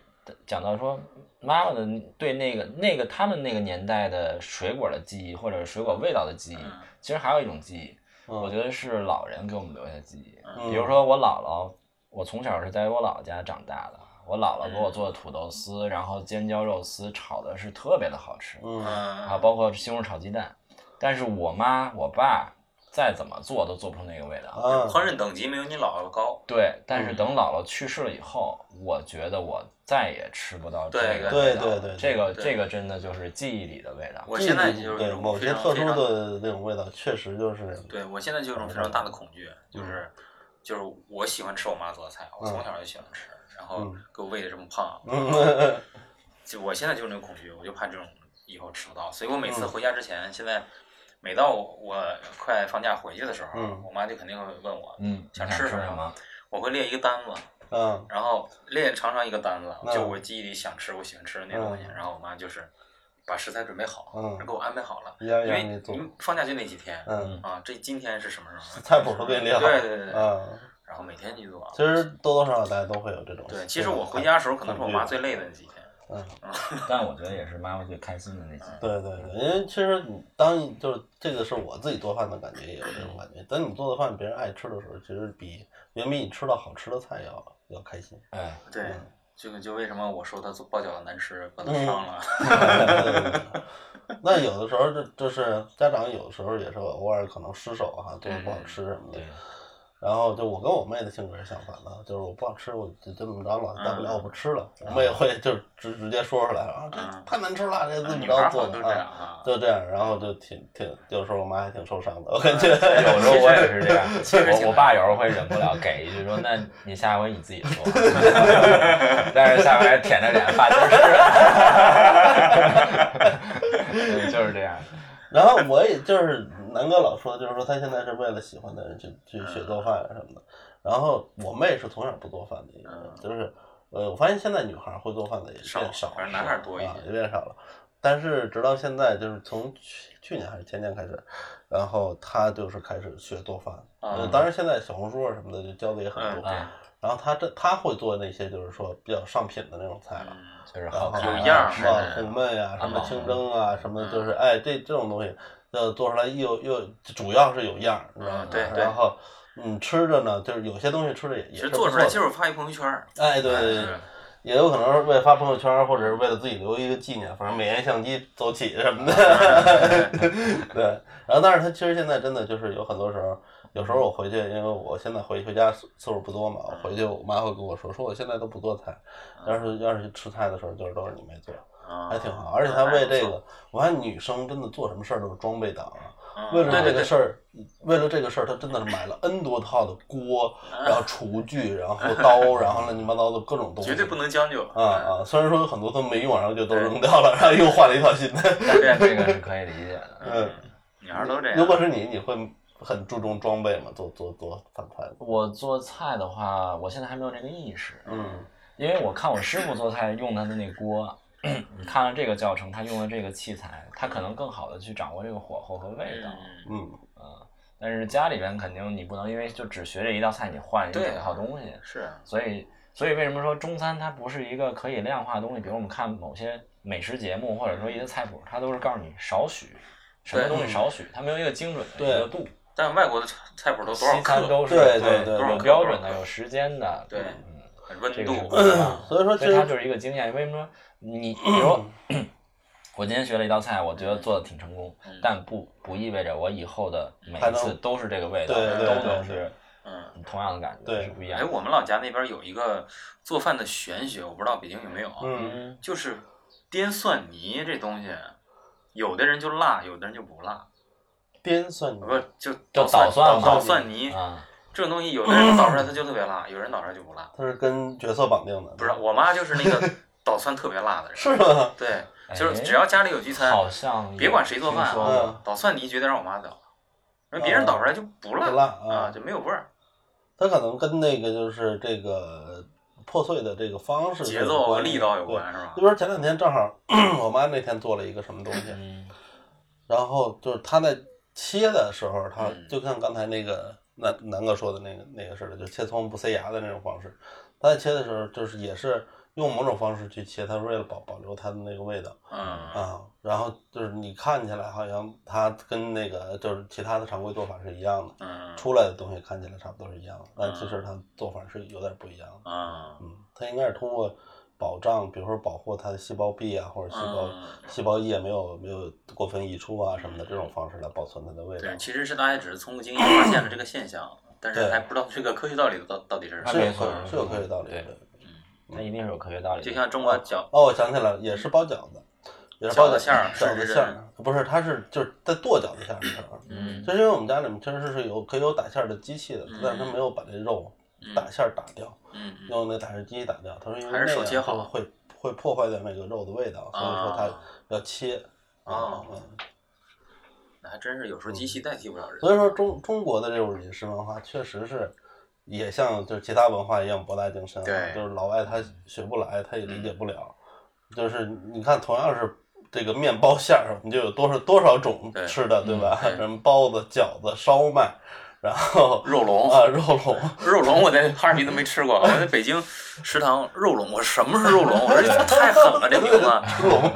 D: 讲到说妈妈的对那个那个他们那个年代的水果的记忆，或者水果味道的记忆
C: 嗯，
D: 其实还有一种记忆，
B: 嗯
D: 我觉得是老人给我们留下的记忆。
B: 嗯
D: 比如说我姥姥，我从小是在我姥姥家长大的，我姥姥给我做的土豆丝，然后尖椒肉丝炒的是特别的好吃，
B: 嗯
D: 啊，
C: 嗯，
D: 包括西红柿炒鸡蛋。但是我妈我爸再怎么做都做不出那个味道。
B: 啊，
C: 烹饪等级没有你姥姥高。
D: 对，但是等姥姥去世了以后，我觉得我再也吃不到这
C: 对
D: 个
B: 对
D: 味道
B: 对
D: 了
B: 对对
D: 这个
C: 对
D: 这个真的就是记忆里的味道。
C: 我现在就是
B: 对
C: 有一
B: 某
C: 种非
B: 些
C: 常
B: 特
C: 非
B: 殊
C: 常
B: 的那种味道，确实就是
C: 对我现在就有一种非常大的恐惧，
B: 嗯
C: 就是就是我喜欢吃我妈做的菜，我从小就喜欢吃，然后
B: 嗯
C: 给我喂的这么胖，就我现在就是那种恐惧，我就怕这种以后吃不到，所以我每
B: 嗯
C: 次回家之前，现在每到我我快放假回去的时候，
B: 嗯
C: 我妈就肯定会问我，
D: 嗯，
C: 想
D: 你想
C: 吃
D: 吃
C: 什么
D: 什么？
C: 我会列一个单子，
B: 嗯
C: 然后列长长一个单子，
B: 嗯
C: 就我记忆里想吃我喜欢吃的那东西，
B: 嗯
C: 然后我妈就是把食材准备好，
B: 嗯
C: 给我安排好了，
B: 一样一
C: 因
B: 样
C: 为
B: 给你做
C: 你放假就那几天，
B: 嗯，
C: 啊，这今天是什么什么
B: 菜谱都给你列好，
C: 对对对对，
B: 嗯，
C: 然后每天去做。
B: 其实多多少少大家都会有这种。
C: 对，其实我回家的时候可能是我妈最累的那几天。
D: 但我觉得也是妈妈最开心的那几天。
B: 对对对，因为其实你当你就是这个是我自己做饭的感觉，也有这种感觉。等你做的饭别人爱吃的时候，其实比远比你吃到好吃的菜要要开心。
D: 哎，
C: 对，这个就为什么我说他做包饺子难吃，把他
B: 嗯
C: 伤了。
B: 那有的时候就就是家长有的时候也是偶尔可能失手哈、做的不好
C: 嗯
B: 吃什么的
D: 对。
B: 然后就我跟我妹的性格是相反的，就是我不好吃，我就这么着了，大不了我不吃了。我妹会就直直接说出来啊，这
C: 嗯
B: 太难吃了，这怎么
C: 女孩
B: 着
C: 儿
B: 做
C: 好像都
B: 的
C: 这样
B: 啊？
C: 啊。
B: 就这样，然后就挺挺，有时候我妈还挺受伤的，我感觉。
D: 有时候我也是这样，
C: 其实
D: 我我爸有时候会忍不了给一句说：“那你下回你自己 做。”但是下回还舔着脸发就是， 对，就是这样。
B: 然后我也就是南哥老说，就是说他现在是为了喜欢的人去去学做饭啊什么的。然后我妹是从小不做饭的一个人，就是呃，我发现现在女孩会做饭的也
C: 嗯少
B: 变少了，
C: 反正男孩多一
B: 啊
C: 些，
B: 也变少了。但是直到现在，就是从去去年还是前年开始，然后她就是开始学做饭。
C: 啊
B: 呃当然现在小红书啊什么的就教的也很多。
C: 嗯
D: 啊，
B: 然后她这她会做那些就是说比较上品的那种菜了。
C: 嗯
D: 就是
B: 然
D: 好
B: 后
D: 看啊
C: 有样儿
B: 什
C: 是
B: 么
C: 吧
B: 红焖呀，什么
D: 啊
B: 清蒸啊，什
C: 嗯
B: 么就是哎，这这种东西，呃，做出来又又主要是有样儿，你知道吗
C: 嗯？对对
B: 然后嗯，吃着呢，就是有些东西吃着也也
C: 其
B: 是
C: 实
B: 不
C: 做出
B: 错
C: 来
B: 的
C: 就是发一朋友圈儿，
B: 哎，对对对，也有可能是为了发朋友圈，或者是为了自己留一个纪念，反正美颜相机走起什么的。
C: 嗯
B: 对，然后但是他其实现在真的就是有很多时候，有时候我回去，因为我现在回回家次次数不多嘛，我回去
C: 嗯
B: 我妈会跟我说，说我现在都不做菜，要是要是去吃菜的时候，就是都是你没做，
C: 啊
B: 还挺好。而且她为这
C: 还不错
B: 个，我看女生真的做什么事儿都是装备党啊。
C: 嗯
B: 为了
C: 对
B: 这
C: 对
B: 个
C: 对，
B: 事儿，为了这个事儿，他真的是买了 N 多套的锅，然后厨具，然后刀，然后乱七八糟的各种东西，
C: 绝对不能将就
B: 啊啊！虽然说有很多都没用，然后就都扔掉了，然后又换了一套新的。
C: 对，
D: 这个是可以理解的。
B: 嗯，
C: 女孩儿都这样。
B: 如果是你，你会很注重装备吗？做做做饭菜？
D: 我做菜的话，我现在还没有这个意识，
B: 嗯
D: 因为我看我师傅做菜用他的那锅， 你看了这个教程，他用了这个器材，他可能更好的去掌握这个啊火候和味道。
C: 嗯
B: 嗯
D: 但是家里边肯定你不能因为就只学这一道菜，你换一
C: 对
D: 整套东西。
C: 是啊，
D: 所以，所以为什么说中餐它不是一个可以量化的东西？比如我们看某些美食节目，或者说一些菜谱，它都是告诉你少许什么
C: 对
D: 东西少许，它没有一个精准的
B: 对
D: 一个度。
C: 但外国的菜菜谱都多少
D: 西餐
C: 克？
D: 都是
B: 对对
D: 对
B: 对
D: 有
C: 对
D: 标准的，有时间的，
C: 对
D: 嗯这
C: 温
D: 个是
C: 度
D: 不一样的
B: 啊所以说其
D: 所以它
B: 实
D: 就是一个经验。为什么你比如说我今天学了一道菜，我觉得做的挺成功，
C: 嗯
D: 但不不意味着我以后的每
B: 还
D: 一
B: 能
D: 次都是这个味道，
B: 对
C: 对
D: 都能
B: 对
D: 是
C: 嗯。
D: 同样的感觉，
B: 对
D: 是不一样
C: 哎，
D: 的。
C: 我们老家那边有一个做饭的玄学，我不知道北京有没有啊？
B: 嗯
D: 嗯，
C: 就是颠蒜泥这东西，有的人就辣，有的人就不辣，
B: 颠蒜泥
C: 不是就
D: 嗯就
C: 捣
D: 捣蒜
C: 捣
D: 嘛
C: 蒜泥
D: 啊，
C: 这种东西，有的人捣出来它就特别辣，有人捣出来就不辣。
B: 它是跟角色绑定的，
C: 不是，我妈就是那 个捣蒜特别辣的人，
B: 是 吗？
C: 对，就是
D: 哎
C: 只要家里有聚餐，
D: 好像有
C: 别管谁做饭啊
D: 听说过
B: 嗯
C: 捣蒜泥绝对让我妈捣，因为别人
B: 啊
C: 捣出来就不辣
B: 不辣
C: 啊，
B: 啊
C: 就没有味儿，
B: 它可能跟那个就是这个破碎的这个方式
C: 节奏
B: 是有关系的
C: 力道有
B: 对
C: 关是吧
B: 就？比如前两天正好， 我妈那天做了一个什么东西，
D: 嗯
B: 然后就是她在切的时候，她
C: 嗯
B: 就像刚才那个南南哥说的那个那个似的，就切葱不塞牙的那种方式。她在切的时候，就是也是用某种方式去切，她是为了保保留它的那个味道
C: 嗯，
B: 啊。然后就是你看起来好像它跟那个就是其他的常规做法是一样的，
C: 嗯
B: 啊出来的东西看起来差不多是一样的，但其实它做法是有点不一样的。
C: 啊，
B: 嗯，它应该是通过保障，比如说保护它的细胞壁啊，或者细胞、
C: 嗯
B: 细胞液没有没有过分溢出啊什么的这种方式来保存它的味道
C: 对，。其实是大家只是通过经验发现了这个现象，但是
B: 对
C: 还不知道这个科学道理到到底是什
D: 那
B: 是
C: 么。啊
B: 有
D: 没错
B: 科是有科学道理的
D: 对。那一定是有科学道理的。
C: 就像中国饺
B: 哦，我想起来了，也是包饺子，也是
C: 饺
B: 包
C: 子
B: 饺
C: 馅儿
B: 饺
C: 是
B: 子
C: 是
B: 馅儿不是，它是就是在剁饺子馅儿的时候，
C: 嗯
B: 就是因为我们家里面其实是有可以有打馅儿的机器的，但是它没有把这肉
C: 嗯
B: 打馅儿打掉，
C: 嗯嗯
B: 用那打汁机打掉。他说因为
C: 还是手
B: 那
C: 切
B: 样
C: 好
B: 会会破坏掉那个肉的味道，所以说它
C: 啊
B: 要切。
C: 啊
B: 嗯
C: 那还真是有时候机器代替不了人。
B: 所以说中中国的这种饮食文化确实是，也像就是其他文化一样博大精深啊。
C: 对嗯
B: 就是老外他学不来，他也理解不了。就是你看，同样是这个面包馅儿，我们就有多少多少种
C: 对
B: 吃的，对吧？
C: 嗯对
B: 什么包子、饺子、烧麦，然后
C: 肉龙
B: 啊，肉龙，
C: 肉龙我在哈尔滨都没吃过，我在北京食堂肉龙，我什么是肉龙？我说这太狠了，这名字，
B: 肉龙，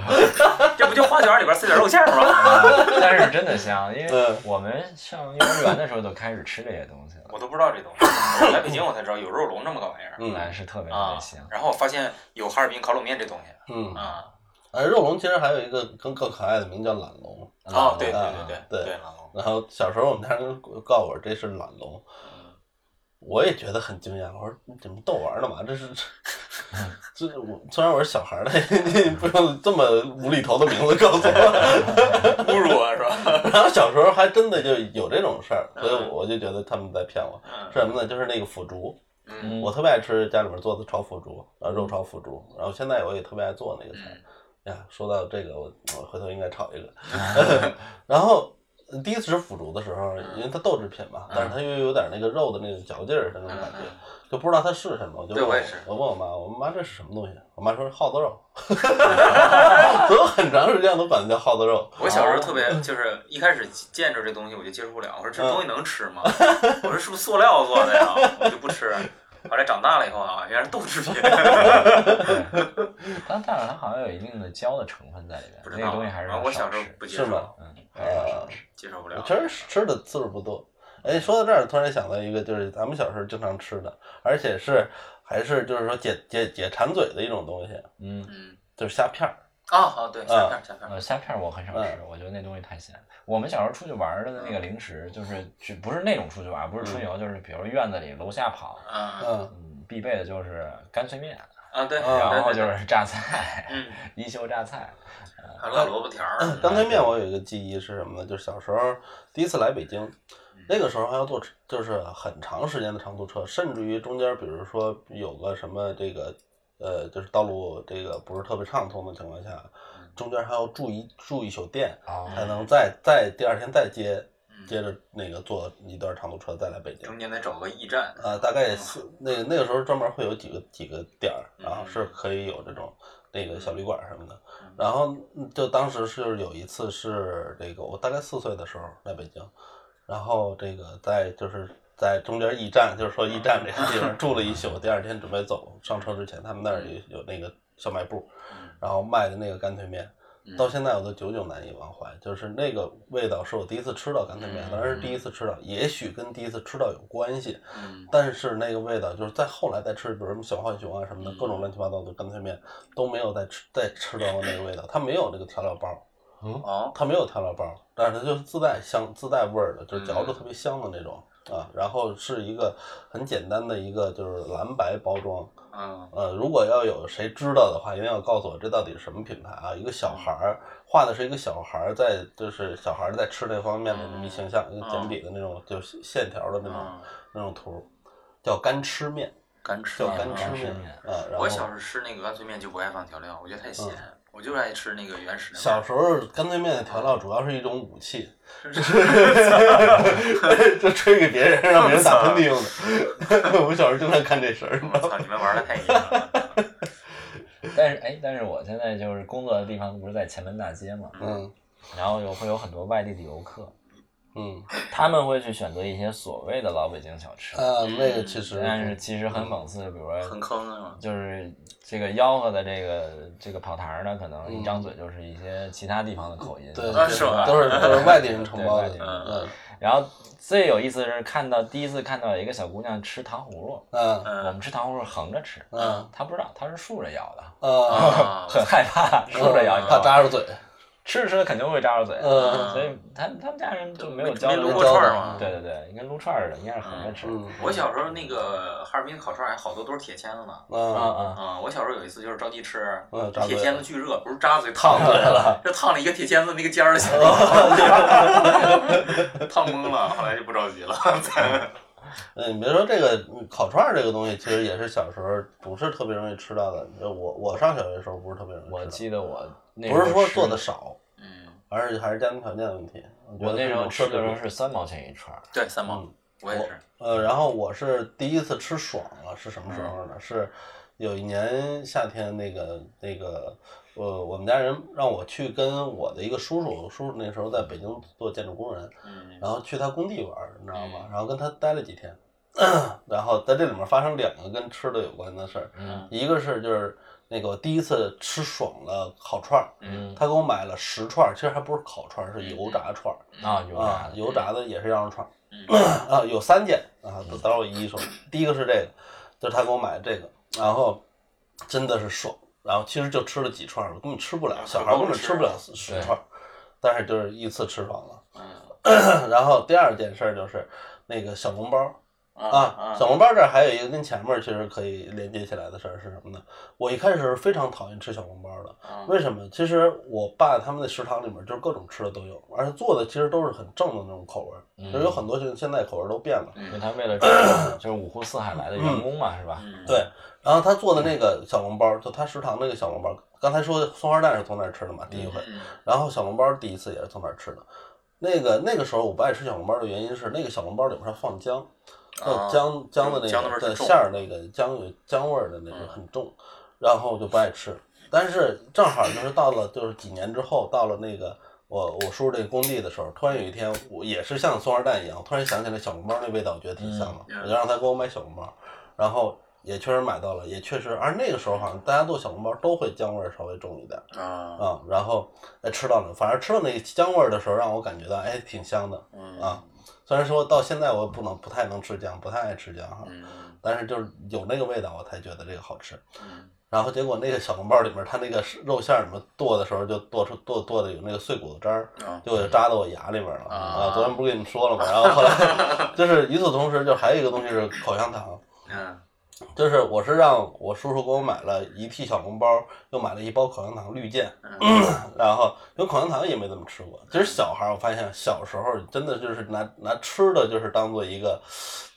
C: 这不就花卷里边塞点肉馅儿吗？
D: 但是真的香，因为
B: 嗯
D: 我们上幼儿园的时候就开始吃这些东西了，
C: 我都不知道这东西，我来北京我才知道有肉龙这么个玩意儿
B: 嗯
D: 来是特别特
C: 啊
D: 别香。。
C: 然后我发现有哈尔滨烤冷面这东西
B: 嗯，
C: 啊，
B: 哎，肉龙其实还有一个更更可爱的名叫懒龙。
C: 哦，对对
B: 啊
C: 对
B: 对
C: 对，老龙，
B: 然后小时候我们家人告我这是懒龙，我也觉得很惊讶，我说你怎么逗玩呢嘛？这是这这我虽然我是小孩儿的，你不用这么无厘头的名字告诉我。
C: 侮辱我是吧？
B: 然后小时候还真的就有这种事儿，所以我就觉得他们在骗我。
C: 嗯
B: 是什么呢？就是那个腐竹，
D: 嗯
B: 我特别爱吃家里面做的炒腐竹，然后
C: 嗯
B: 肉炒腐竹，然后现在我也特别爱做那个菜。哎呀，说到这个，我我回头应该炒一个。 然后呃第一次吃腐竹的时候，因为它豆制品嘛，
C: 嗯
B: 但是它又有点那个肉的那种嚼劲儿的那种感觉，就不知道它是什么。我就
C: 对
B: 问
C: 我也是
B: 我问我妈，我妈这是什么东西？我妈说是耗子 肉， 所以我很长时间都管它叫耗子肉。
C: 我小时候特
B: 啊
C: 别就是一开始见着这东西我就接受不了，我说
B: 嗯
C: 这东西能吃吗？我说是不是塑料做的呀？我就不吃。后来长大了以后啊，原来是豆 制品。
D: 但但是它好像有一定的胶的成分在里边
C: 不，知
D: 那
C: 道
D: 个东西还是
C: 啊
D: 要
C: 我
D: 少
C: 小时候
D: 吃
C: 不接
B: 是吗
C: 受，
D: 嗯，还是要
B: 呃
D: 少吃。
C: 接受不
B: 我
C: 了。
B: 确实吃的次数不多，哎，说到这儿，突然想到一个，就是咱们小时候经常吃的，而且是还是就是说解解解馋嘴的一种东西，
D: 嗯，
C: 嗯，
B: 就是虾片儿。
C: 啊，好，对，下片儿下片
D: 呃，
C: 儿，
D: 虾片儿我很少
B: 嗯
D: 吃，我觉得那东西太咸。我们小时候出去玩儿的那个零食，就是去不是那种出去玩儿，不是春游，就是比如院子里楼下跑，
C: 啊
B: 嗯，
D: 嗯，必备的就是干脆面，
C: 啊，对，
B: 啊
D: 然后
C: 对对
D: 就
C: 对，
D: 是榨菜，
C: 嗯，
D: 一休榨菜，
C: 还有老萝卜条儿，
B: 干脆嗯面我有一个记忆是什么呢？就是小时候第一次来北京，
C: 嗯
B: 那个时候还要坐就是很长时间的长途车，甚至于中间比如说有个什么这个呃，就是道路这个不是特别畅通的情况下，
C: 嗯
B: 中间还要住一住一宿店，才
D: 哦，
B: 能再再第二天再接
C: 嗯
B: 接着那个坐一段长途车再来北京。
C: 中间得找个驿站，嗯
B: 啊，大概是那个那个时候专门会有几个几个点儿，然后
C: 嗯
B: 是可以有这种那个小旅馆什么的。然后嗯就当时是有一次是这个我大概四岁的时候来北京，然后这个在就是在中间驿站，就是说驿站这个地方住了一
C: 嗯
B: 宿，第二天准备走上车之前，他们那儿有有那个小卖部，
C: 嗯
B: 然后卖的那个干脆面。到现在我都久久难以忘怀，就是那个味道是我第一次吃到干脆面，当然是第一次吃到，也许跟第一次吃到有关系，
C: 嗯，
B: 但是那个味道，就是在后来再吃，比如什么小浣熊啊什么的，各种乱七八糟的干脆面都没有再吃再吃到过那个味道。它没有这个调料包，
C: 哦，
B: 它没有调料包，但是它就是自带香、自带味儿的，就是嚼着特别香的那种啊。然后是一个很简单的一个就是蓝白包装，
C: 嗯，
B: 呃，如果要有谁知道的话，一定要告诉我这到底是什么品牌啊？一个
D: 嗯
B: 小孩儿画的是一个小孩儿在，就是小孩儿在吃这方面的那
D: 嗯
B: 么一形象，一个简笔的那种，就是线条的那种
C: 嗯
B: 那种图，叫干吃面，
C: 干吃
B: 叫
C: 面
B: 干
C: 啊
B: 吃
D: 干吃
B: 面
D: 面
B: 啊。然后
C: 我小时候吃那个干脆面就不爱放调料，我觉得太咸，我就是爱吃那个原始的。
B: 小时候干脆面的调料主要是一种武 器， 就吹给别人让别人打喷嚏用 的。 我小时候经常干这事儿，
C: 我操，你们玩的太野了。
D: 但是哎，但是我现在就是工作的地方不是在前门大街嘛，
B: 嗯
D: 然后有会有很多外地的游客，
B: 嗯
D: 他们会去选择一些所谓的老北京小吃，
B: 啊，那个其实
D: 但是其实
B: 嗯
D: 很讽刺，比如说
C: 很坑啊！
D: 就是这个吆喝的这个这个跑堂儿呢，可能一张嘴就是一些其他地方的口音。
B: 嗯对，
C: 啊
B: 对
C: 是吧
B: 都是都是外地人承
D: 对
B: 包
D: 外
B: 的
D: 地，人
B: 嗯
D: 然后最有意思的是看到第一次看到有一个小姑娘吃糖葫芦，
B: 嗯
D: 我
C: 嗯
D: 们吃糖葫芦是横着吃，
B: 嗯
D: 她不知道她是竖着咬的，
B: 啊，
C: 啊，
D: 很害 怕竖着咬，你知
B: 嗯怕
D: 道吗？
B: 扎 着嘴，
D: 吃着吃着肯定会扎着嘴，啊
B: 嗯
D: 所以他们他们家人就没有
C: 没
D: 教
C: 没撸
D: 这
C: 过
D: 种
C: 串儿嘛。
D: 对对对，跟撸串儿似的，应该是横着吃。
B: 嗯
C: 我小时候那个哈尔滨烤串儿还好多都是铁签子呢。
D: 啊
B: 啊
D: 啊，
C: 啊、我小时候有一次就是着急吃，
B: 嗯扎嘴
C: 铁
B: 了
C: 签子巨热，不是扎嘴烫出来了，就烫了一个铁签子那个尖儿，吓我烫懵了，后来就不着急了。
B: 嗯，你别说这个嗯烤串儿这个东西，其实也是小时候不是特别容易吃到的。就我我上小学的时候不是特别容易吃到
D: 我记得我那时
B: 不
D: 候
B: 是说做
D: 吃
B: 的少，
C: 嗯，
B: 而是还是家庭条件的问题。觉得
D: 我那时候
B: 种
D: 吃的时候
B: 的
D: 是三毛钱一串儿，
C: 对，三毛，我也是。
B: 呃，然后我是第一次吃爽了，是什么时候呢？
D: 嗯
B: 是有一年夏天，那个那个，呃，我们家人让我去跟我的一个叔叔，我叔叔那时候在北京做建筑工人，
C: 嗯
B: 然后去他工地玩儿，你知道吗？然后跟他待了几天， 然后在这里面发生两个跟吃的有关的事儿，
C: 嗯
B: 一个是就是那个我第一次吃爽了烤串儿，
D: 嗯
B: 他给我买了十串儿，其实还不是烤串儿，是油炸串儿
D: 啊，有炸
B: 啊
D: 的，，
B: 嗯油炸的也是羊肉串儿
C: 嗯
B: 啊，有三件啊，等等会儿我一一说。第一个是这个，就是他给我买的这个，然后真的是爽，然后其实就吃了几串儿，我根本吃不了，小孩儿根本吃不了十串儿，但是就是一次吃爽了。
C: 嗯
B: 然后第二件事儿就是那个小笼包儿啊，
C: 啊
B: 小笼包儿这儿还有一个跟前面儿其实可以连接起来的事儿是什么呢？我一开始是非常讨厌吃小笼包儿的，
C: 啊！
B: 为什么？其实我爸他们的食堂里面就是各种吃的都有，而且做的其实都是很正的那种口味儿，就是有很多现现在口味儿都变了。
D: 因为他为了就是五湖四海来的员工嘛，是吧？
C: 嗯，
B: 对，然后他做的那个小笼包儿，就他食堂那个小笼包儿，刚才说松花蛋是从那儿吃的嘛，第一回，
C: 嗯
B: 然后小笼包儿第一次也是从那儿吃的。那个那个时候我不爱吃小笼包儿的原因是，那个小笼包儿里面它放姜，
C: 啊
B: 呃姜姜的
C: 嗯姜
B: 那
C: 的嗯味
B: 个
C: 儿挺
B: 对
C: 重
B: 馅儿那个姜有姜味儿的那个很重，然后就不爱吃。但是正好就是到了就是几年之后，到了那个我我叔叔这个工地的时候，突然有一天我也是像松二蛋一样，突然想起来小笼包那味道，我觉得挺香的，
C: 嗯
B: 我就让他给我买小笼包，然后也确实买到了，也确实，而那个时候好像大家做小笼包都会姜味儿稍微重一点。
C: 啊
B: 啊、然后哎吃到了，反而吃到那个姜味儿的时候，让我感觉到哎挺香的
C: 嗯
B: 啊。虽然说到现在我不能不太能吃姜，不太爱吃姜哈，
C: 嗯
B: 但是就是有那个味道，我才觉得这个好吃。
C: 嗯
B: 然后结果那个小笼包里面，它那个肉馅儿里面剁的时候，就剁出剁剁的有那个碎骨头渣儿，
C: 啊
B: 就给扎到我牙里面了
C: 啊
B: 昨天不是跟你说了吗？然 后后来就是与此同时，就还有一个东西是口香糖，
C: 嗯
B: 就是我是让我叔叔给我买了一屉小笼包，又买了一包口香糖绿箭，
C: 嗯
B: 然后因为口香糖也没怎么吃过。其实小孩儿，我发现小时候真的就是拿拿吃的就是当做一个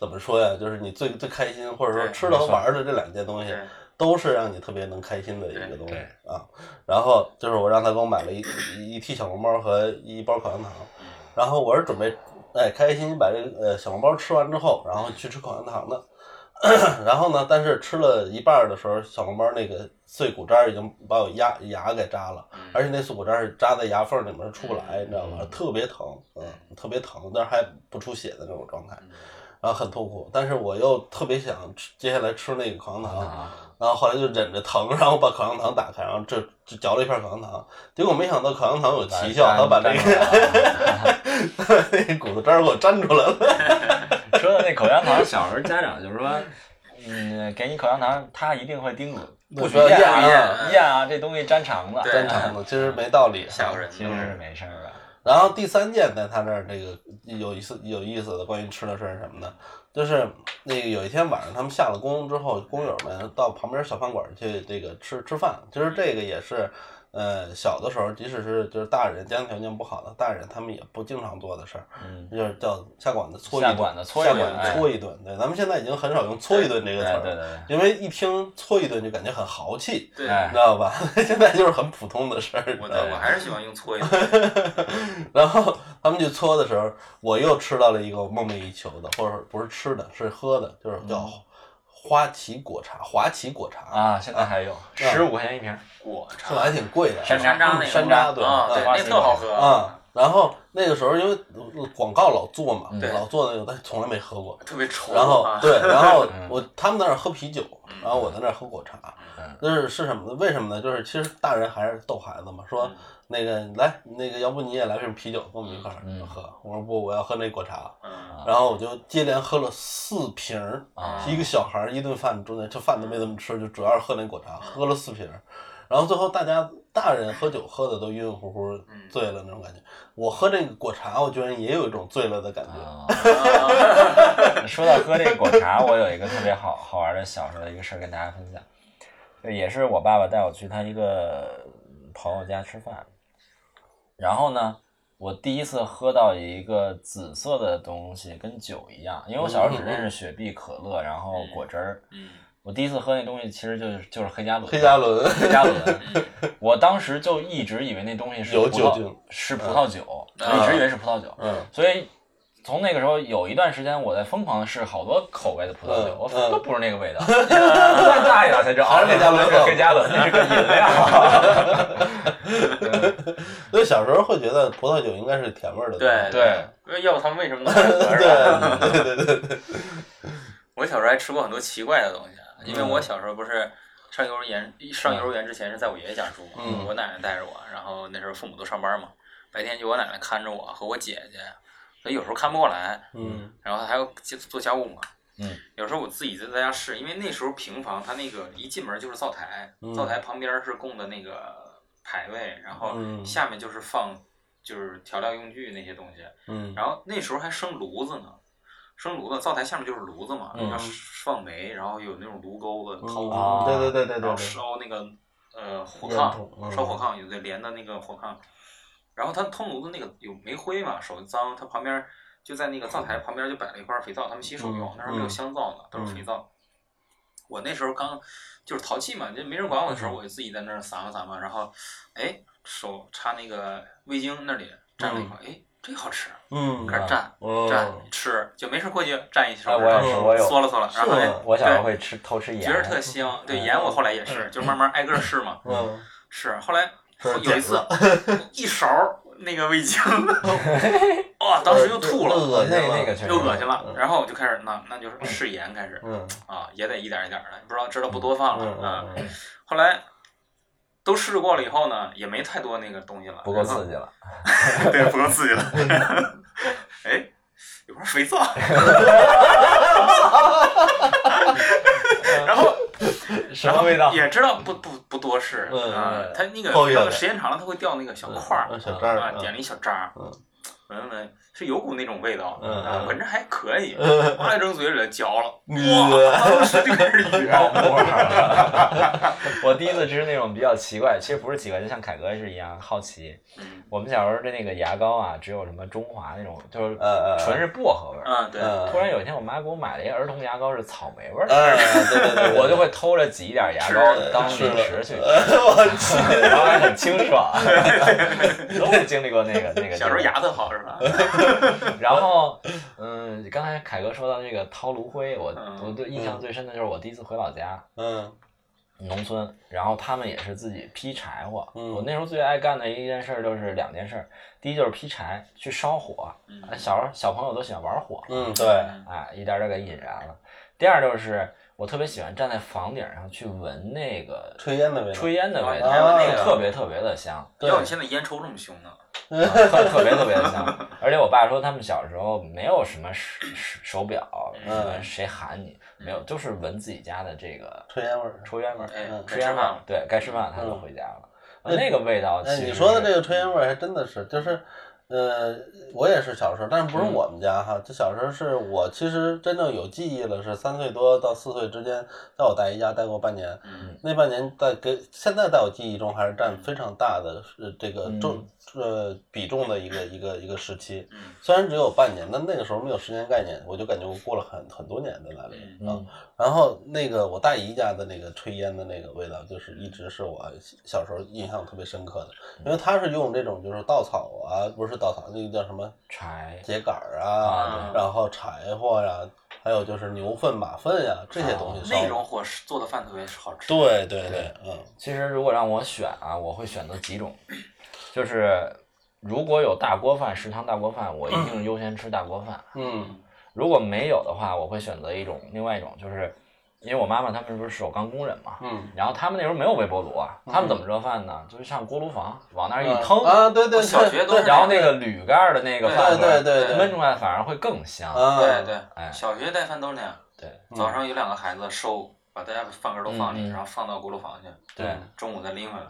B: 怎么说呀，就是你最最开心，或者说
C: 对
B: 吃的和
D: 没错
B: 玩儿的这两件东西。
C: 对
B: 都是让你特别能开心的一个东西
D: 对
B: 啊。然后就是我让他给我买了一一一屉小笼包和一包口香糖，然后我是准备哎开开心心把这个呃小笼包吃完之后，然后去吃口香糖的。 然后呢，但是吃了一半儿的时候，小笼包那个碎骨渣儿已经把我牙牙给扎了，
C: 嗯
B: 而且那碎骨渣儿扎在牙缝里面出不来，你知道吗？特别疼，嗯，特别疼，但是还不出血的那种状态，
C: 嗯
B: 然后很痛苦。但是我又特别想吃，接下来吃那个口香糖，
D: 啊，
B: 然后后来就忍着疼，然后把口香糖打开，然后这就嚼了一片口香糖，结果没想到口香糖有奇效，它把那个 那个骨头渣儿给我粘出来了。
D: 个 说的那口香糖，小时候家长就是说。嗯，给你口香糖，他一定会叮嘱，不许
B: 不要
D: 咽
B: 咽
D: 啊
B: 啊
D: 咽啊，这东西粘肠子，
C: 对
B: 真肠子，其实没道理。啊
C: 吓唬人，
D: 其实是
B: 嗯
D: 没事儿的。
B: 然后第三件在他那儿这个有意思有意思的关于吃的事儿是什么呢？就是那个有一天晚上他们下了工之后，工友们到旁边小饭馆去这个吃吃饭，就是这个也是。呃，小的时候，即使是就是大人家庭条件不好的大人，他们也不经常做的事儿，
D: 嗯，
B: 就是叫下馆子搓一
D: 下
B: 顿，
D: 馆子搓一
B: 下
D: 顿
B: 馆子
D: 哎
B: 搓一顿。对，咱们现在已经很少用“搓一顿”这个词
D: 对对
B: 儿，
D: 对
B: 因为一听“搓一顿”就感觉很豪气，
C: 对，
D: 哎
B: 你知道吧？ 现在就是很普通的事儿。你
C: 我
B: 知道吧
C: 的我还是喜欢用搓一
B: 哎
C: 顿，
B: 然后他们去搓的时候，我又吃到了一个我梦寐以求的，或者说不是吃的，是喝的，就是叫
C: 嗯
B: 花旗果茶，华旗果茶
D: 对，啊，现在还有十五块钱一瓶，
C: 果
B: 是吧？
C: 茶
B: 还挺贵的，
D: 山楂
C: 山楂那个
B: 山楂对
C: 啊，
B: 嗯
C: 对，
D: 花
C: 那
D: 旗
C: 特好
D: 果
C: 喝
B: 啊，然后那个时候因为广告老做嘛，
C: 嗯对
B: 老做那个，但是从来没喝过。
C: 特别稠，
B: 然后
C: 啊嗯
B: 对，然后
D: 嗯
B: 我他们在那儿喝啤酒，然后我在那儿喝果茶
D: 嗯。
B: 就是是什么呢？为什么呢？就是其实大人还是逗孩子嘛，说
C: 嗯
B: 那个来那个，要不你也来瓶啤酒跟我们一块儿
D: 嗯啊
B: 喝。我说不，我要喝那果茶。
C: 嗯
B: 然后我就接连喝了四瓶儿
D: 啊
B: 一个小孩儿一顿饭中间这饭都没怎么吃，就主要是喝那果茶，喝了四瓶儿然后最后大家大人喝酒喝的都晕晕乎乎
C: 嗯
B: 醉了那种感觉，我喝那个果茶，我居然也有一种醉了的感觉。
D: 啊，
C: 啊
D: 说到喝这个果茶，我有一个特别好好玩的小时候的一个事儿跟大家分享，就也是我爸爸带我去他一个朋友家吃饭，然后呢，我第一次喝到一个紫色的东西，跟酒一样，因为我小时候只认识雪碧、可乐，然后果汁儿。
C: 嗯
D: 我第一次喝那东西其实就是就是黑加仑，
B: 黑加仑，
D: 黑加仑，我当时就一直以为那东西是
B: 有
D: 葡
B: 酒
D: 萄
B: 精
D: 是葡萄酒，
C: 嗯
D: 我一直以为是葡萄酒，
B: 嗯，
D: 所以从那个时候有一段时间，我在疯狂的试好多口味的葡萄酒，
B: 嗯
D: 我
B: 嗯
D: 都不是那个味道。再大一点才知道，
B: 还是黑加仑
D: 哦那是黑加仑，那是个饮料。
B: 所以小时候会觉得葡萄酒应该是甜味儿的东西。
C: 对
D: 对，
C: 要不他们为什么能 来合适啊？
B: 对对对对 对，
C: 我小时候还吃过很多奇怪的东西，啊，因为
B: 嗯
C: 我小时候不是上幼儿园上幼儿园之前是在我爷爷家住嘛，
B: 嗯
C: 我奶奶带着我，然后那时候父母都上班嘛，白天就我奶奶看着我和我姐姐，所以有时候看不过来，
B: 嗯
C: 然后还要接做家务嘛。
D: 嗯，
C: 有时候我自己就在家试，因为那时候平房它那个一进门就是灶台，
B: 嗯
C: 灶台旁边是供的那个牌位，然后
B: 嗯
C: 下面就是放就是调料用具那些东西，
B: 嗯
C: 然后那时候还生炉子呢，生炉子，灶台下面就是炉子嘛，
D: 嗯
C: 要放煤，然后有那种炉钩子烤炉，
B: 嗯，
D: 啊
B: 对对对对对
C: 然后
B: 对，
C: 烧那个呃火
B: 烟
C: 炕
B: 筒，嗯
C: 烧火炕有的连的那个火炕，然后他通炉子那个有煤灰嘛，手脏，他旁边就在那个灶台旁边就摆了一块肥皂，他们洗手用
B: 嗯，
C: 那时候没有香皂呢，都是肥皂。我那时候刚就是淘气嘛，就没人管我的时
B: 嗯
C: 候，我就自己在那儿撒嘛撒嘛，然后哎手插那个味精那里蘸了一口，哎这个好吃，
B: 嗯
C: 开始蘸。
B: 嗯，
C: 蘸吃，就没事过去蘸一手
D: 哎，我也
B: 是
D: 是，我
C: 嗦
D: 有，
C: 了嗦了，然后
B: 是
C: 哎
B: 吗
D: 我小时候会吃偷吃
C: 对
D: 盐，
C: 觉着特香。对盐我后来也是，就慢慢挨个试嘛，
B: 嗯，
C: 是。后来
B: 是
C: 有一次一勺那 个味精，哇，当时就吐了，
B: 恶
D: 那
B: 心了
D: 那个确实
C: 又恶心了。然后我就开始那那就是试盐开始
B: 嗯
C: 啊，也得一点一点的，不知道知道不多放
B: 嗯
C: 了啊。
B: 嗯嗯
C: 后来都试过了以后呢，也没太多那个东西了，
D: 不够刺激了。
C: 对，不够刺激了。哎，有块肥皂， 然后
D: 什么味道？
C: 也知道不不不多事
B: 嗯
C: 啊，它那个
B: 抱怨
C: 它
B: 的
C: 时间长了它会掉那个小块儿
B: 嗯小渣儿
C: 啊，
B: 嗯
C: 点了一小渣儿
B: 嗯，
C: 闻闻是有股那种味道，
B: 嗯
C: 啊
B: 嗯
C: 闻着还可以，
B: 嗯
C: 后来扔嘴里了嚼了，
B: 嗯
C: 哇，当时就开始哕，
D: 我第一次吃那种比较奇怪，其实不是奇怪，就像凯哥是一样好奇。
C: 嗯
D: 我们小时候的那个牙膏啊，只有什么中华那种，就是嗯
B: 呃呃
D: 纯是薄荷味儿。
C: 啊对，
B: 呃
D: 突然有一天，我妈给我买了一个儿童牙膏，是草莓味儿的，
B: 哎，对对对，
D: 我就会偷着挤一点牙膏
C: 吃
D: 当
B: 吃
D: 零
B: 了
D: 食去，
B: 我去，
D: 然后还很清 爽。都没经历过那个那个。
C: 小时候牙特好是吧？
D: 然后，嗯，刚才凯哥说到这个掏炉灰，我
C: 嗯
D: 我对印象最深的就是我第一次回老家
B: 嗯
D: 农村，然后他们也是自己劈柴火。
B: 嗯
D: 我那时候最爱干的一件事儿就是两件事儿，第一就是劈柴去烧火，
C: 嗯
D: 小时候小朋友都喜欢玩火，
B: 嗯，对，
D: 哎，一点点给引燃了。第二就是我特别喜欢站在房顶上去闻那个
B: 炊烟的味道，
D: 炊烟的味道，
C: 还有那个
D: 啊特别特别的香。
B: 对
C: 要你现在烟抽这么凶呢？
D: 啊特特别特别的香。而且我爸说，他们小时候没有什么手手手表，什么谁喊你没有，就是闻自己家的这个
B: 炊烟味儿。
D: 抽烟味儿，
C: 哎
B: 嗯，
D: 抽
C: 该吃
D: 烟
C: 饭
D: 味儿
C: 了，，
D: 对该吃饭了，他就回家了。啊那个味道，
B: 哎，
D: 其实
B: 你说的
D: 是
B: 这个炊烟味儿还真的是，就是，呃，我也是小时候，但是不是
C: 嗯
B: 我们家哈，就小时候是我其实真正有记忆了，是三岁多到四岁之间，在我大姨家待过半年，
C: 嗯
B: 那半年在给现在在我记忆中还是占非常大的呃这个重呃比重的一个一个一个时期，
C: 嗯
B: 虽然只有半年，但那个时候没有时间概念，我就感觉我过了很很多年在那里
D: 嗯
B: 啊。然后那个我大姨家的那个炊烟的那个味道，就是一直是我小时候印象特别深刻的，因为它是用这种就是稻草啊，不是稻草，那个叫什么
D: 柴，
B: 秸秆儿啊，
C: 啊
B: 然后柴火呀、还有就是牛粪、马粪呀、这些东西烧的。
C: 啊那种火是做的饭特别好吃，
B: 对对对，嗯
D: 其实如果让我选啊，我会选择几种，就是如果有大锅饭，食堂大锅饭，我一定优先吃大锅饭。
B: 嗯
D: 如果没有的话，我会选择一种另外一种，就是因为我妈妈他们不是首钢工人嘛，
B: 嗯，
D: 然后他们那时候没有微波炉啊，他们怎么热饭呢？就是上锅炉房往那儿一腾，
B: 啊，对对，
C: 我小学都是
D: 然后那个铝盖儿的那个
C: 对
D: 饭盒
B: 对对对对
D: 焖出来反而会更香。
B: 啊，
C: 对对
D: 哎，
C: 小学带饭都是那样。
D: 对
C: 早上有两个孩子收，把大家饭盒都放
D: 嗯
C: 里，
D: 嗯
C: 然后放到锅炉房去。
D: 对，
C: 中午再拎回来。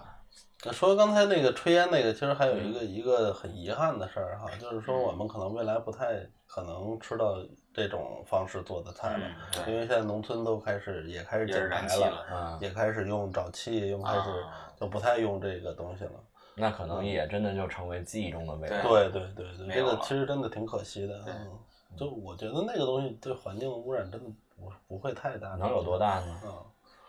B: 说刚才那个炊烟那个，其实还有一个、
C: 嗯
B: 一个很遗憾的事儿哈，就是说我们可能未来不太可能吃到这种方式做的菜了，
C: 嗯，对，
B: 因为现在农村都开始也开始
C: 也是
B: 减
C: 燃
B: 排
C: 气
B: 了，
C: 了。
D: 嗯，
B: 也开始用沼气，用开始
C: 啊，
B: 就不太用这个东西了。
D: 那可能也真的就成为记忆中的味道。
C: 对
B: 对对对对，
C: 没
B: 这
C: 有
B: 个
C: 了
B: 其实真的挺可惜的。
C: 对
B: 嗯，就我觉得那个东西对环境污染真的不不会太大，
D: 能有多？大呢？
B: 嗯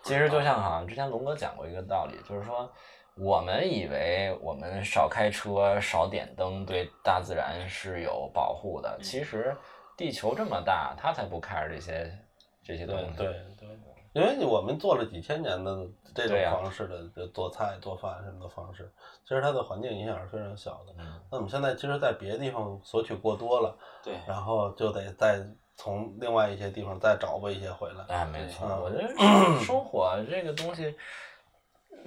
D: 其实就像好像之前龙哥讲过一个道理，就是说我们以为我们少开车、少点灯对大自然是有保护的，其
B: 嗯
D: 实地球这么大，它才不 care 这些这些东
B: 对
D: 西。
B: 对对，因为我们做了几千年的这种
D: 对呀
B: 方式的，就做菜、做饭什么的方式，其实它对环境影响是非常小的。
D: 嗯
B: 那我们现在其实，在别的地方索取过多了，
C: 对，
B: 然后就得再从另外一些地方再找吧一些回 来。
D: 哎，没错，
B: 嗯
D: 我觉得生火啊这个东西，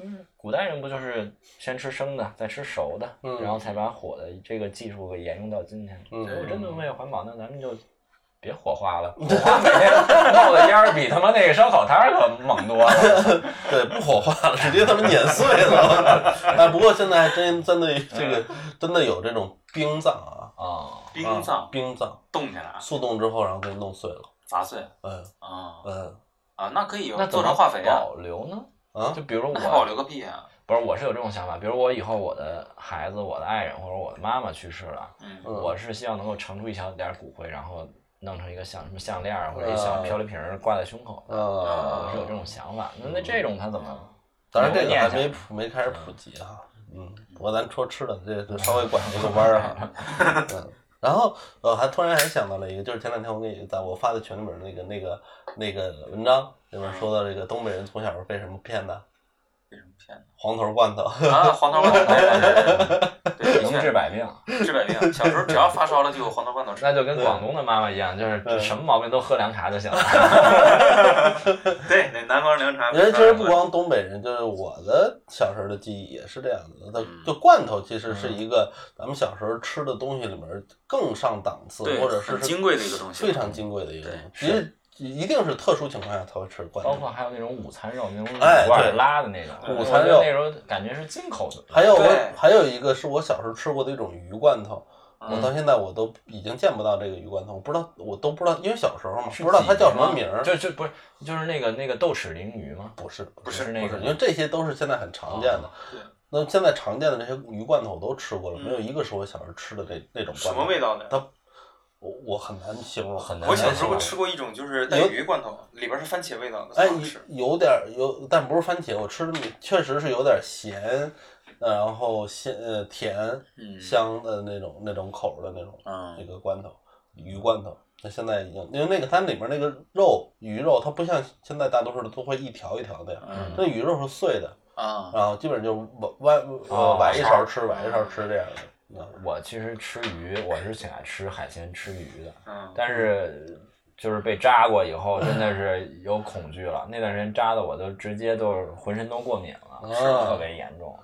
D: 嗯，古代人不就是先吃生的，再吃熟的，
B: 嗯
D: 然后才把火的这个技术给沿用到今天。
B: 嗯
D: 如果真的为了环保，那咱们就别火 化了，火化每天冒的烟儿比他妈那个烧烤摊儿可猛多 了。
B: 对，不火化了，直接他妈碾碎 了。哎，不过现在还真真的这个
D: 嗯
B: 真的有这种冰葬啊，
D: 啊、
C: 冰
B: 啊
C: 葬
B: 冰葬
C: 冻起来
B: 速冻之后，然后给弄碎了。
C: 砸碎
B: 嗯
C: 啊
B: 嗯
C: 啊，那可以
D: 那
C: 做成
D: 怎么
C: 化肥啊。
D: 保留呢？
B: 啊
D: 就比如
C: 那还 保留
D: 我，
C: 个屁啊！
D: 不是，我是有这种想法。比如我以后我的孩子、我的爱人或者我的妈妈去世了，
C: 嗯
B: 嗯
D: 我是希望能够盛出一小点儿骨灰，然后弄成一个像什么项链儿或者一
B: 嗯
D: 小漂流瓶儿挂在胸口的。
B: 啊！
D: 我是有这种想法。那那这种他怎么？
B: 当然这个还
D: 有
B: 没
D: 念想
B: 普没开始普及啊。嗯，不过咱说吃的这这稍微拐了个弯儿哈。 嗯，然后呃，还突然还想到了一个，就是前两天我给你在我发的群里面那个那个那个文章里面说到这个东北人从小是被什么骗的？
C: 为什么骗呢？
B: 黄头罐头。
C: 啊，黄桃罐头，对，
B: 嗯
C: 的
D: 能治
C: 确
D: 百病，啊
C: 治百病。小时候只要发烧了就有黄桃罐头吃
D: 那。就
B: 嗯
D: 跟广东的妈妈一样，就是什么毛病都喝凉茶就行了。
C: 对对南方凉茶。
B: 因为其实不光东北人，就是我的小时候的记忆也是这样子
C: 嗯
B: 的。就罐头其实是一个咱们小时候吃的东西里面更上档次，
C: 对
B: 或者是
C: 很金贵的一个东西嗯
B: 非常金贵的一个东西。
D: 对
B: 因为一定是特殊情况下才会吃罐
D: 包
B: 头。
D: 括还有那种午餐肉，那种
B: 哎
D: 五二
B: 对嗯
D: 拉的那种，
B: 午餐肉
D: 我觉得那时候感觉是进口的，
B: 还有我
C: 对
B: 还有一个是我小时候吃过的一种鱼罐头，
C: 嗯
B: 我到现在我都已经见不到这个鱼罐头，我不知道我都不知道，因为小时候嘛，不知道它叫什么名儿。
D: 就就不是就是那个那个豆豉鲮鱼吗？
B: 不是不
D: 不是那
B: 不
D: 个
B: 是，因为这些都是现在很常见的
C: 啊
D: 哦。
B: 那现在常见的这些鱼罐头我都吃过了，
C: 嗯
B: 没有一个是我小时候吃的这那种
C: 什
B: 罐头。
C: 么味？道呢？
B: 它我我很难形容，
D: 很难
C: 我
D: 形容
C: 小时候吃过一种，就是带
B: 有
C: 鱼罐头，里边是番茄味道的，
B: 哎
C: 很好吃。，
B: 有点儿有，但不是番茄，我吃的确实是有点咸，呃然后鲜呃甜
C: 嗯
B: 香的那种那种口儿的那种那
C: 嗯，
B: 个罐头，鱼罐头。那现在已经，因为那个它里面那个肉鱼肉，它不像现在大多数的都会一条一条的呀，
C: 嗯
B: 那鱼肉是碎的，
C: 啊，
B: 然后基本就崴崴呃
D: 哦
B: 崴一勺吃，崴一勺吃这样
C: 嗯
B: 的。啊
D: 我其实吃鱼，我是挺爱吃海鲜、吃鱼的，
C: 嗯，
D: 但是就是被扎过以后，真的是有恐惧
B: 嗯
D: 了。那段时间扎的我都直接都是浑身都过敏了，
B: 啊
D: 是特别严重。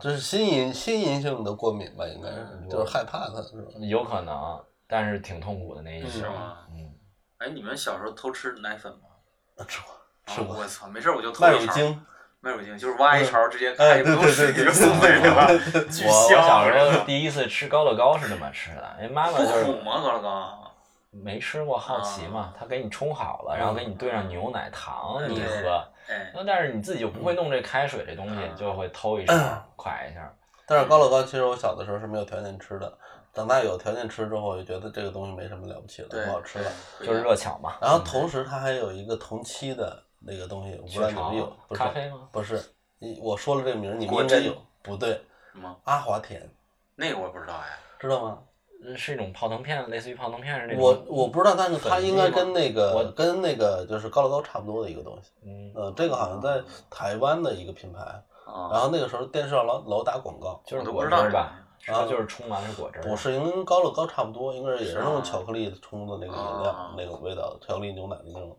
B: 这是心因心因性的过敏吧，应该
C: 嗯
B: 是，就是害怕它，是吧？
D: 有可能，但是挺痛苦的那一
C: 是
D: 次。
C: 吗？
D: 嗯，
C: 哎，你们小时候偷吃奶粉吗？
B: 吃过
C: 啊
B: 吃过
C: 我操，没事儿我就偷
B: 麦
C: 一
B: 乳
C: 勺，
B: 精，
C: 麦乳精就是挖一勺直接咔
B: 哎，
C: 也不
B: 对
C: 用
B: 对
C: 水
B: 对
C: 就
B: 对，
C: 送嘴里了，巨
D: 我我小
C: 香。
D: 时候第一次吃高乐高是这么吃的，因为妈妈
C: 不
D: 就是
C: 苦吗？高乐啊高？
D: 没吃过，好奇
B: 啊
D: 嘛，她给你冲好了，然后给你兑上牛奶糖
C: 嗯
D: 你
C: 对
D: 喝。
C: 哎，
D: 那但是你自己就不会弄这开水这东西，
C: 嗯
D: 就会偷一勺，㧟一下。
B: 但是高乐高其实我小的时候是没有条件吃的，长大有条件吃之后，我就觉得这个东西没什么了不起了，
C: 对，
B: 不好吃了。
D: 就是热巧嘛。
B: 然后同时它还有一个同期的那个东西，我不知道你们有不
D: 雀巢
B: 是
D: 咖啡吗？
B: 不是，你我说了这个名儿，你们
C: 果
B: 应该
C: 珍
B: 有不对，
C: 什么？
B: 阿华田
C: 那个我不知道哎。
B: 知道吗？
D: 嗯是一种泡腾片，类似于泡腾片是那种。
B: 我我不知道，但是它
D: 粉
B: 应
D: 泥
B: 该
D: 吗
B: 跟那个
D: 我
B: 跟那个就是高乐高差不多的一个东西。
D: 嗯，
B: 呃，这个好像在台湾的一个品牌，然
C: 啊，
B: 后那个时候电视上老老打广告，
D: 就是
C: 我都
D: 果
C: 不
D: 汁
C: 知道
D: 儿
C: 这个
D: 吧？是不是就是冲完是果汁儿？
B: 啊不是应该跟高乐高差不多，应该是也是
C: 是
B: 那种
C: 吗
B: 巧克力冲的那个饮
C: 啊
B: 料那个味道，巧克力牛奶的那种。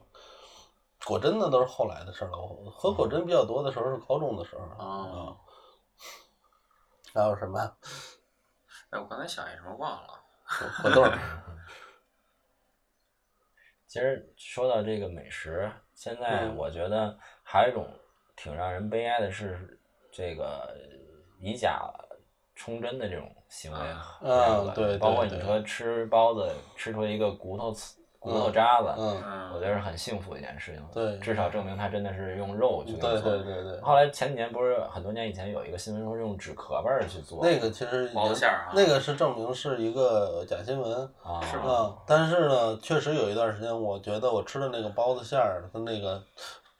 B: 果真的都是后来的事儿了，我喝果真比较多的时候是高中的时候啊。
C: 哦
B: 还有什么
C: 哎，我刚才想一什么忘了。
B: 果冻儿？
D: 其实说到这个美食，现在
B: 嗯
D: 我觉得还有一种挺让人悲哀的是，这个以假充真的这种行为
C: 啊。
D: 非常恶
B: 对对
D: 心包括
B: 对
D: 你说吃包子吃出一个骨头刺骨头渣子，
B: 嗯，
D: 我
C: 嗯，
D: 觉得是很幸福的一件事情。
B: 对
D: 至少证明他真的是用肉去
B: 对
D: 给你
B: 对
D: 做
B: 对对，
D: 后来前几年不是很多年以前有一个新闻说用纸壳儿去做
B: 那个其实已
C: 毛
B: 经
C: 线儿啊
B: 那个是证明是一个假新闻，
D: 啊，
C: 是吗
B: 啊，但是呢，确实有一段时间，我觉得我吃的那个包子馅儿，它那个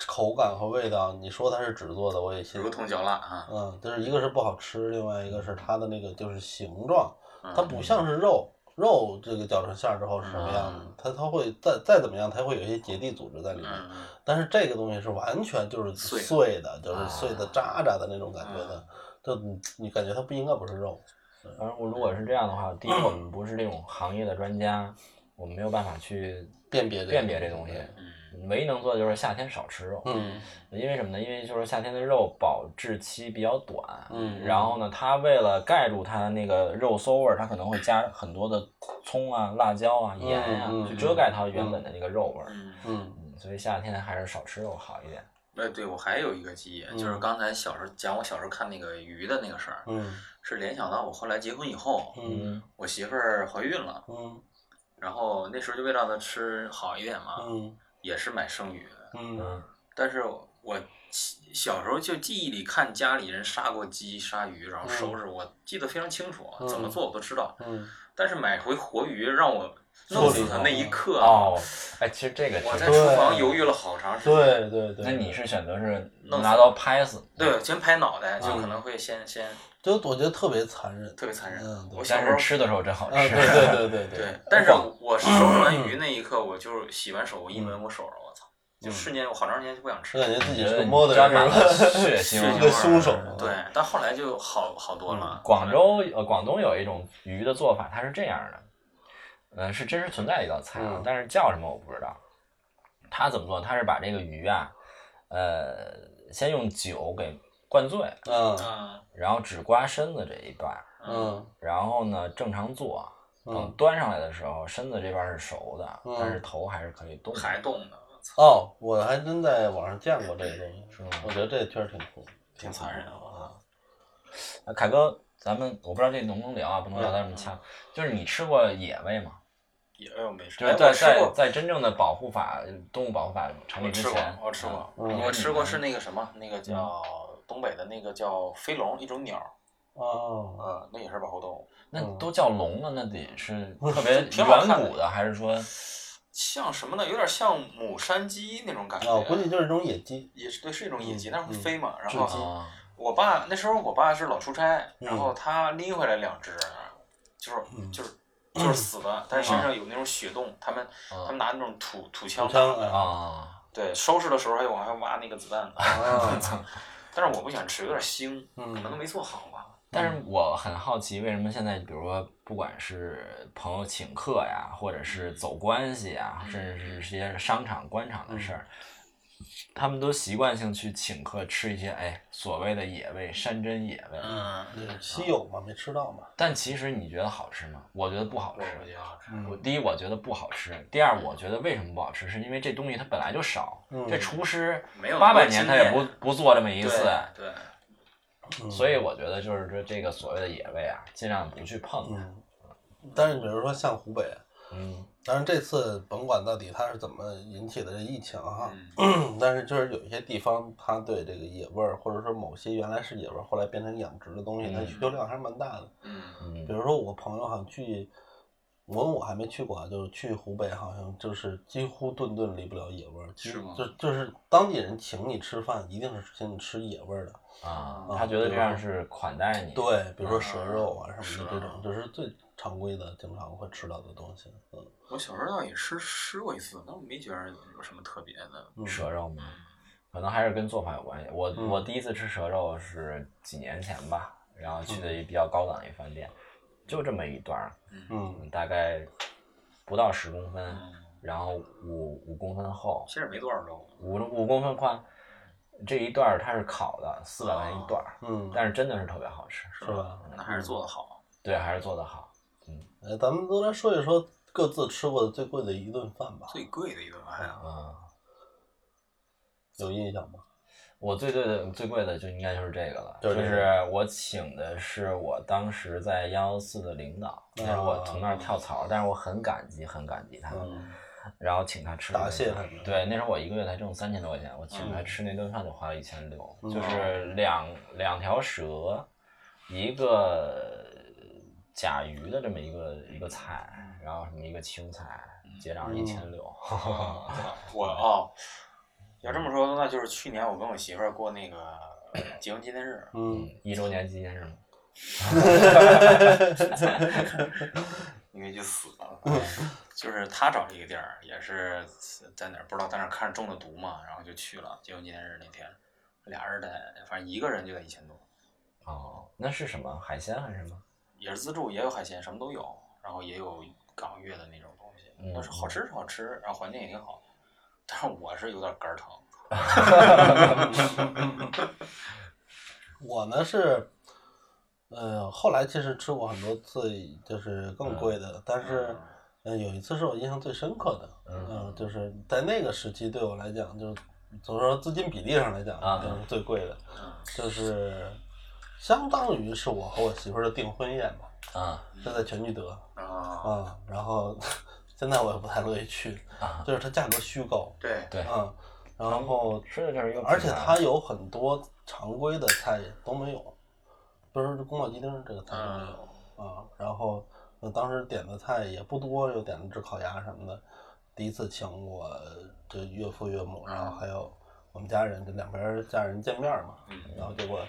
B: 口感和味道，你说它是纸做的，我也信
C: 如。同嚼蜡啊。
B: 嗯，就是一个是不好吃，另外一个是它的那个就是形状，
C: 嗯
B: 它不像是肉，肉这个搅成馅儿之后是什么样子，它它会再再怎么样，它会有一些结缔组织在里面。
C: 嗯，
B: 但是这个东西是完全就是
C: 碎的
B: 碎的，就是碎的
D: 啊
B: 渣渣的那种感觉的，就你你感觉它不应该不是肉。
D: 反正我如果是这样的话，第一，我们不是这种行业的专家，我们没有办法去
B: 辨别这个
D: 辨别这东西
B: 对。
C: 嗯
D: 唯一能做的就是夏天少吃肉，
B: 嗯
D: 因为什么呢？因为就是夏天的肉保质期比较短，
B: 嗯
D: 然后呢，它为了盖住它那个肉馊味儿，它可能会加很多的葱啊、辣椒啊、盐啊，
B: 嗯嗯
D: 去遮盖它原本的那个肉味儿。
C: 嗯，
B: 嗯
D: 嗯，所以夏天还是少吃肉好一点。
C: 哎，对，我还有一个记忆，就是刚才小时候讲我小时候看那个鱼的那个事儿，
B: 嗯
C: 是联想到我后来结婚以后，
B: 嗯
C: 我媳妇儿怀孕了，
B: 嗯
C: 然后那时候就为了让她吃好一点嘛，
B: 嗯
C: 也是买生鱼，
B: 嗯
D: 嗯，
C: 但是我小小时候就记忆里看家里人杀过鸡、杀鱼，然后收拾，我记得非常清楚，
B: 嗯
C: 怎么做我都知道。
B: 嗯，
C: 但是买回活鱼让我弄死它那一刻，
D: 哦，哎，其实这个
C: 我
D: 挺
C: 在厨房犹豫了好长时间。
B: 对对对。
D: 那你是选择是
C: 弄死
D: 拿刀拍死？
C: 对，先拍脑袋，就
B: 嗯
C: 可能会先先
B: 就我觉得特别残忍。
C: 特别残忍
B: 嗯。对
C: 我小
D: 但
C: 时候
D: 是吃的时候真好
B: 啊，对
D: 吃。
B: 对对对
C: 对，但是我收拾完鱼那一刻，我就是洗完手，我一闻我手了，我操，就瞬间我好长时间就不想吃
B: 我。感觉自己
D: 觉
B: 是
D: 得
B: 个
D: 你
B: 摸的
D: 沾满
B: 人
D: 了
B: 是吧？
D: 血腥
C: 血腥
D: 味
C: 味
D: 儿
B: 个凶手
C: 对，但后来就好好多了。
D: 广州呃，广东有一种鱼的做法，它是这样的，呃，是真实存在的一道菜啊
B: 嗯，
D: 但是叫什么我不知道。它怎么做？它是把这个鱼啊，呃，先用酒给灌醉，
B: 嗯
C: 嗯
D: 然后只刮身子这一半儿，
B: 嗯
D: 然后呢正常做。等端上来的时候，身子这边是熟的，
B: 嗯
D: 但是头还是可以动的。
C: 还动呢，
B: 哦，我还真在网上见过这个东西，
D: 是吗
B: 我觉得这确实挺酷。
C: 挺残忍的。
B: 啊，
D: 那啊凯哥，咱们我不知道这能不能聊啊，不能聊
B: 嗯
D: 到这么掐。就是你吃过野味吗？
C: 也哎呦没事，
D: 就是
C: 哎
D: 在
C: 我吃
D: 在
C: 过
D: 在真正的保护法、动物保护法成
C: 我
D: 立之
C: 吃过
D: 前，，
C: 我吃过，
B: 嗯
C: 我吃过是那个什么，那个叫东北的那个叫飞龙，一种鸟，
B: 哦，
C: 嗯，那也是保护动物，
D: 那
B: 嗯
D: 都叫龙了，那得是特别
C: 挺好看的
D: 远古的，还是说
C: 像什么呢？有点像母山鸡那种感觉。
B: 哦，估计就是这种野鸡。
C: 也是对，是一种野鸡，
B: 嗯
C: 但是会
B: 嗯
C: 飞嘛。然
B: 雉鸡
C: 后
D: 啊？
C: 我爸那时候我爸是老出差，然
B: 嗯
C: 后他拎回来两只，就是就是就是死的，
B: 嗯
C: 但是身上有那种血洞，他们他们拿那种土土枪
B: 武昌
C: 打，
B: 啊，
D: 啊，
C: 对，收拾的时候还往外挖那个子弹，
B: 啊
C: 但是我不喜欢吃，有点腥，
B: 嗯
C: 可能没做好吧。
D: 但是我很好奇，为什么现在比如说不管是朋友请客呀，或者是走关系呀，甚至是一些商场、官场
C: 嗯
D: 的事儿，他们都习惯性去请客吃一些哎所谓的野味、山珍野味。
C: 嗯，
B: 对稀有嘛，没吃到嘛。
D: 但其实你觉得好吃吗？我觉得不好
C: 我
D: 吃。
C: 我觉得好吃。
D: 我
B: 嗯
D: 第一，我觉得不好吃；第二，我觉得为什么不好吃，是因为这东西它本来就少。
B: 嗯
D: 这厨师
C: 没有
D: 八
C: 那么
D: 百
C: 多
D: 年
C: 经
D: 他也
C: 验
D: 不不做这么一
C: 对
D: 次，
C: 对，
B: 嗯
D: 所以我觉得就是说这个所谓的野味啊，尽量不去碰它。
B: 嗯，但是比如说像湖北，
D: 嗯
B: 当然这次甭管到底它是怎么引起的这疫情哈，
C: 嗯
B: 但是就是有一些地方，它对这个野味儿，或者说某些原来是野味儿，后来变成养殖的东西，它
D: 嗯
B: 需求量还是蛮大的。
C: 嗯
B: 比
D: 嗯
B: 如说我朋友好像去，我我还没去过啊，就是去湖北，好像就是几乎顿顿离不了野味儿，几
C: 是吗
B: 就就是当地人请你吃饭，一定是请你吃野味儿的。
D: 啊，
B: 啊
D: 他觉得这样是款待你。
B: 对，比如说蛇肉啊什么
C: 是
B: 的这种，这是最常规的，经常会吃到的东西。嗯，
C: 我小时候倒也吃吃过一次，但我没觉得有什么特别的。
B: 嗯
D: 蛇肉吗？可能还是跟做法有关系。我、
B: 嗯
D: 我第一次吃蛇肉是几年前吧，然后去的一比较高档的一饭店，就这么一段儿，
B: 嗯
D: 大概不到十公分，
C: 嗯，
D: 然后五五公分厚，
C: 其实没多少肉。
D: 五五公分宽，这一段儿它是烤的，四百块钱一段儿，
B: 嗯，
D: 但是真的是特别好吃，
C: 是
B: 是吧？
C: 那还是做的好。
D: 对，还是做的好。
B: 哎，咱们都来说一说各自吃过的最贵的一顿饭吧，
C: 最贵的一顿饭呀，
D: 嗯，
B: 有印象吗？
D: 我最最的最贵的就应该就是这个了，
B: 就
D: 就是
B: 这个
D: 是我请的是我当时在幺幺四的领导，但是我从那儿跳槽，但是我很感激，很感激他，
B: 啊嗯
D: 然后请他吃了
B: 答
D: 顿
B: 谢
D: 饭
B: 他们
D: 对，那时候我一个月才挣三千多块钱，我请他
B: 嗯
D: 吃那顿饭就花了一千六，
B: 嗯
D: 就是两两条蛇，一个甲鱼的这么一个一个菜，然后什么一个青菜，结账一
B: 嗯
D: 千六，
C: 我哦，要这么说，那就是去年我跟我媳妇儿过那个呃结婚纪念日，
B: 嗯，
D: 一周年纪念日嘛。
C: 应该就死了。就是她找了一个地儿，也是在哪儿不知道，在哪儿看着中的毒嘛，然后就去了结婚纪念日那天，俩人在，反正一个人就得一千多，
D: 哦，那是什么海鲜还是什么？
C: 也是自助，也有海鲜，什么都有，然后也有港粤的那种东西，
D: 嗯
C: 但是好吃是好吃，然后环境也挺好，但是我是有点肝儿疼。
B: 我呢是，呃，后来其实吃过很多次，就是更
D: 嗯
B: 贵的，但是，呃，有一次是我印象最深刻的，嗯、就是在那个时期对我来讲，就是从说资金比例上来讲，
D: 啊
B: 就是最贵的，
C: 嗯
B: 就是相当于是我和我媳妇儿的订婚宴吧，
D: 啊
B: 是在全聚德
C: 啊，
B: 啊、然后 现在我也不太乐意去，
D: 啊，
B: 就是它价格虚高，
C: 对，
D: 对，
B: 啊、然后
D: 吃的嗯就是一个品牌，
B: 而且它有很多常规的菜都没有，比如说这宫保鸡丁这个
C: 嗯
B: 菜都没有啊。然后我当时点的菜也不多，又点了只烤鸭什么的。第一次请我这岳父岳母，然后还有我们家人，这两边儿家人见面嘛，
C: 嗯
D: 嗯
B: 然后结果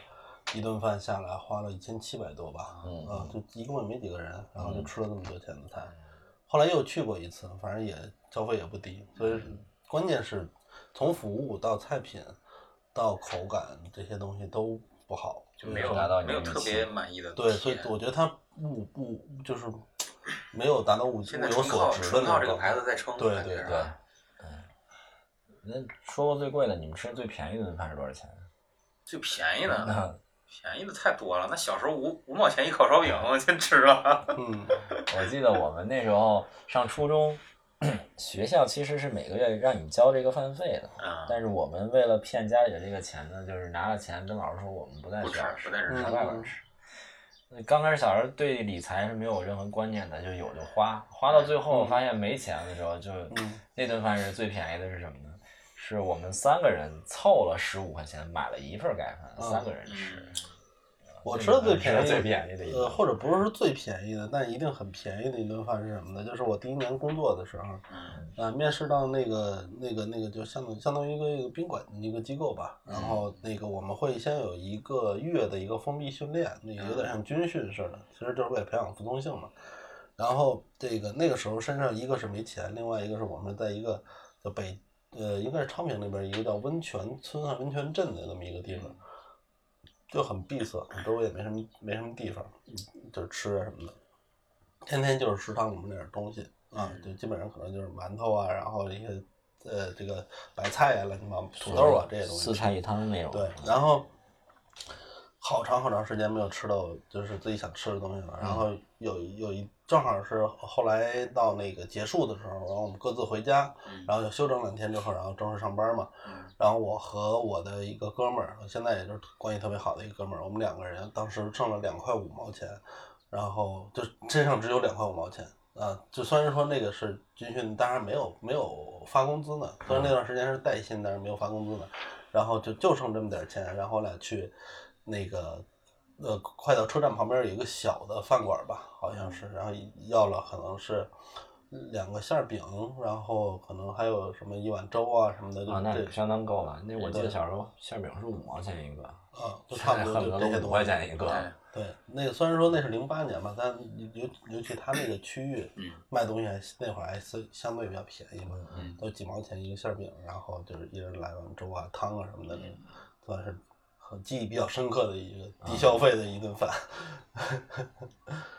B: 一顿饭下来花了一千七百多吧，
D: 嗯
B: 啊，就一共也没几个人，然后就吃了这么多钱的菜。
C: 嗯
B: 后来又去过一次，反正也消费也不低，所以
C: 嗯
B: 关键是从服务到菜品到口感这些东西都不好，
C: 就没有
D: 没有达到你
C: 没有
D: 的预
C: 特
D: 期
C: 别满意的
B: 对，
C: 体
B: 所以
C: 验
B: 我觉得它物不就是没有达到物物
C: 现在
B: 有
C: 纯
B: 所
C: 靠
B: 值的
C: 纯
B: 那
C: 靠
B: 个
C: 这个
B: 状态
C: 牌子在撑，
B: 对
C: 感觉
B: 对
C: 是
D: 对
C: 吧，
D: 那说过最贵的，你们吃最便宜的顿饭是多少钱？
C: 最便宜的，
D: 那
C: 便宜的太多了。那小时候五五毛钱一烤烧饼，我就吃 了。
B: 嗯，
D: 我记得我们那时候上初中， 学校其实是每个月让你交这个饭费的，
C: 啊，
D: 但是我们为了骗家里的这个钱呢，就是拿了钱跟老师说我们不在
C: 不
D: 学
C: 吃不
D: 校，
C: 在这
D: 我
C: 吃
D: 们在外边吃。那刚开始小时候对理财是没有任何观念的，就有就花，花到最后发现没钱的时候，就
B: 嗯
D: 那顿饭是最便宜的是什么呢？是我们三个人凑了十五块钱买了一份盖饭，
B: 嗯
D: 三个人吃。
B: 我吃的最便宜，
D: 最便宜的一顿
B: 呃，或者不是最便宜的，但一定很便宜的一顿饭是什么呢？就是我第一年工作的时候，
C: 嗯
B: 呃，面试到那个那个那个，就相当相当于一个一个宾馆一个机构吧。然后那个我们会先有一个月的一个封闭训练，那个有点像军训似的，其实就是为了培养服从性嘛。然后这个那个时候身上一个是没钱，另外一个是我们在一个叫北呃应该是昌平那边一个叫温泉村还是温泉镇的那么一个地方，就很闭塞，周围也没什么没什么地方，就是吃啊什么的，天天就是食堂里面那点东西啊，就基本上可能就是馒头啊，然后一些呃这个白菜啊、乱七八糟土豆啊这些东西吃，
D: 四菜一汤那种。嗯
B: 对，然后好长好长时间没有吃到就是自己想吃的东西了。然后有一有一正好是后来到那个结束的时候，然后我们各自回家，然后就休整两天之后，然后正式上班嘛。
C: 嗯
B: 然后我和我的一个哥们儿，现在也就是关系特别好的一个哥们儿，我们两个人当时挣了两块五毛钱，然后就身上只有两块五毛钱啊。就虽然说那个是军训，当然没有没有发工资呢，虽然那段时间是带薪，但是没有发工资呢。然后就就剩这么点儿钱，然后我俩去那个呃快到车站旁边有一个小的饭馆吧，好像是，然后要了可能是。两个馅儿饼，然后可能还有什么一碗粥啊什么的，就
D: 啊，那
B: 这
D: 相当够了。那我记得
B: 对
D: 小时候馅饼是五毛钱一个，
B: 啊，就
D: 现
B: 差
D: 在
B: 不
D: 恨
B: 多就
D: 不得
B: 这些
D: 都五块
B: 东西。
D: 钱一个。
B: 对，那个虽然说那是零八年吧，但尤尤其他那个区域
C: 嗯
B: 卖东西还那会儿还是相对比较便宜嘛，
C: 嗯
B: 都几毛钱一个馅儿饼，然后就是一人来碗粥啊、汤啊什么的，
D: 嗯
B: 算是很记忆比较深刻的一个低消费的一顿饭。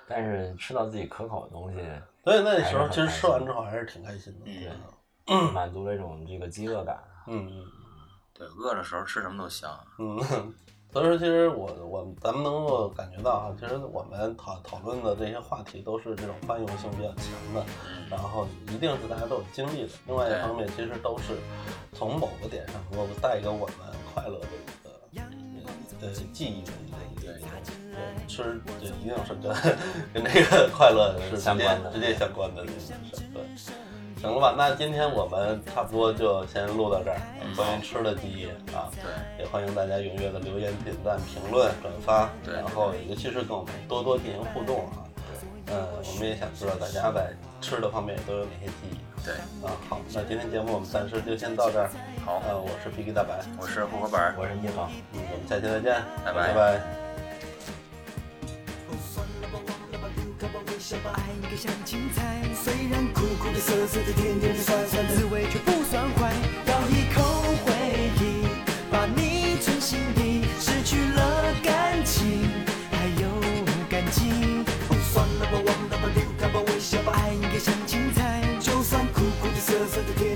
D: 但是吃到自己可口的东西，
B: 所以那时候其实吃完之后还是挺开心的。
C: 嗯
D: 满足了一种这个饥饿感。
B: 嗯
C: 对，饿的时候吃什么都香。啊
B: 嗯嗯，所以说其实我我咱们能够感觉到哈，啊其实我们讨讨论的这些话题都是这种泛用性比较强的。
C: 嗯
B: 然后一定是大家都有经历的。另外一方面，其实都是从某个点上能够带给我们快乐的一个呃记忆的一个一个一个，对，是这一定是跟跟这个 快乐是直
D: 相
B: 接
D: 关的
B: 直接相关的那个事儿，对。行了吧，那今天我们差不多就先录到这儿，
D: 嗯
B: 关于吃的记忆啊，也欢迎大家踊跃的留言、点赞、评论、转发，
C: 对
B: 然后尤其是跟我们多多进行互动啊。嗯，我们也想知道大家在吃的方面都有哪些记忆
C: 对，
B: 啊。好，那今天节目我们暂时就先到这儿。
C: 好，
B: 呃，我是 PK 大白，
C: 我是户口本儿。
D: 我是聂总。
B: 嗯，我们下期再见，
C: 拜
B: 拜
C: 拜
B: 拜
E: 爱你个像青菜，虽然苦苦的、涩涩的、甜甜的、酸酸的，滋味却不算坏。咬一口回忆，把你存心底，失去了感情，还有感激。哦，算了吧，忘了吧，丢掉吧，微笑吧，爱你个像青菜，就算苦苦的、涩涩的、甜。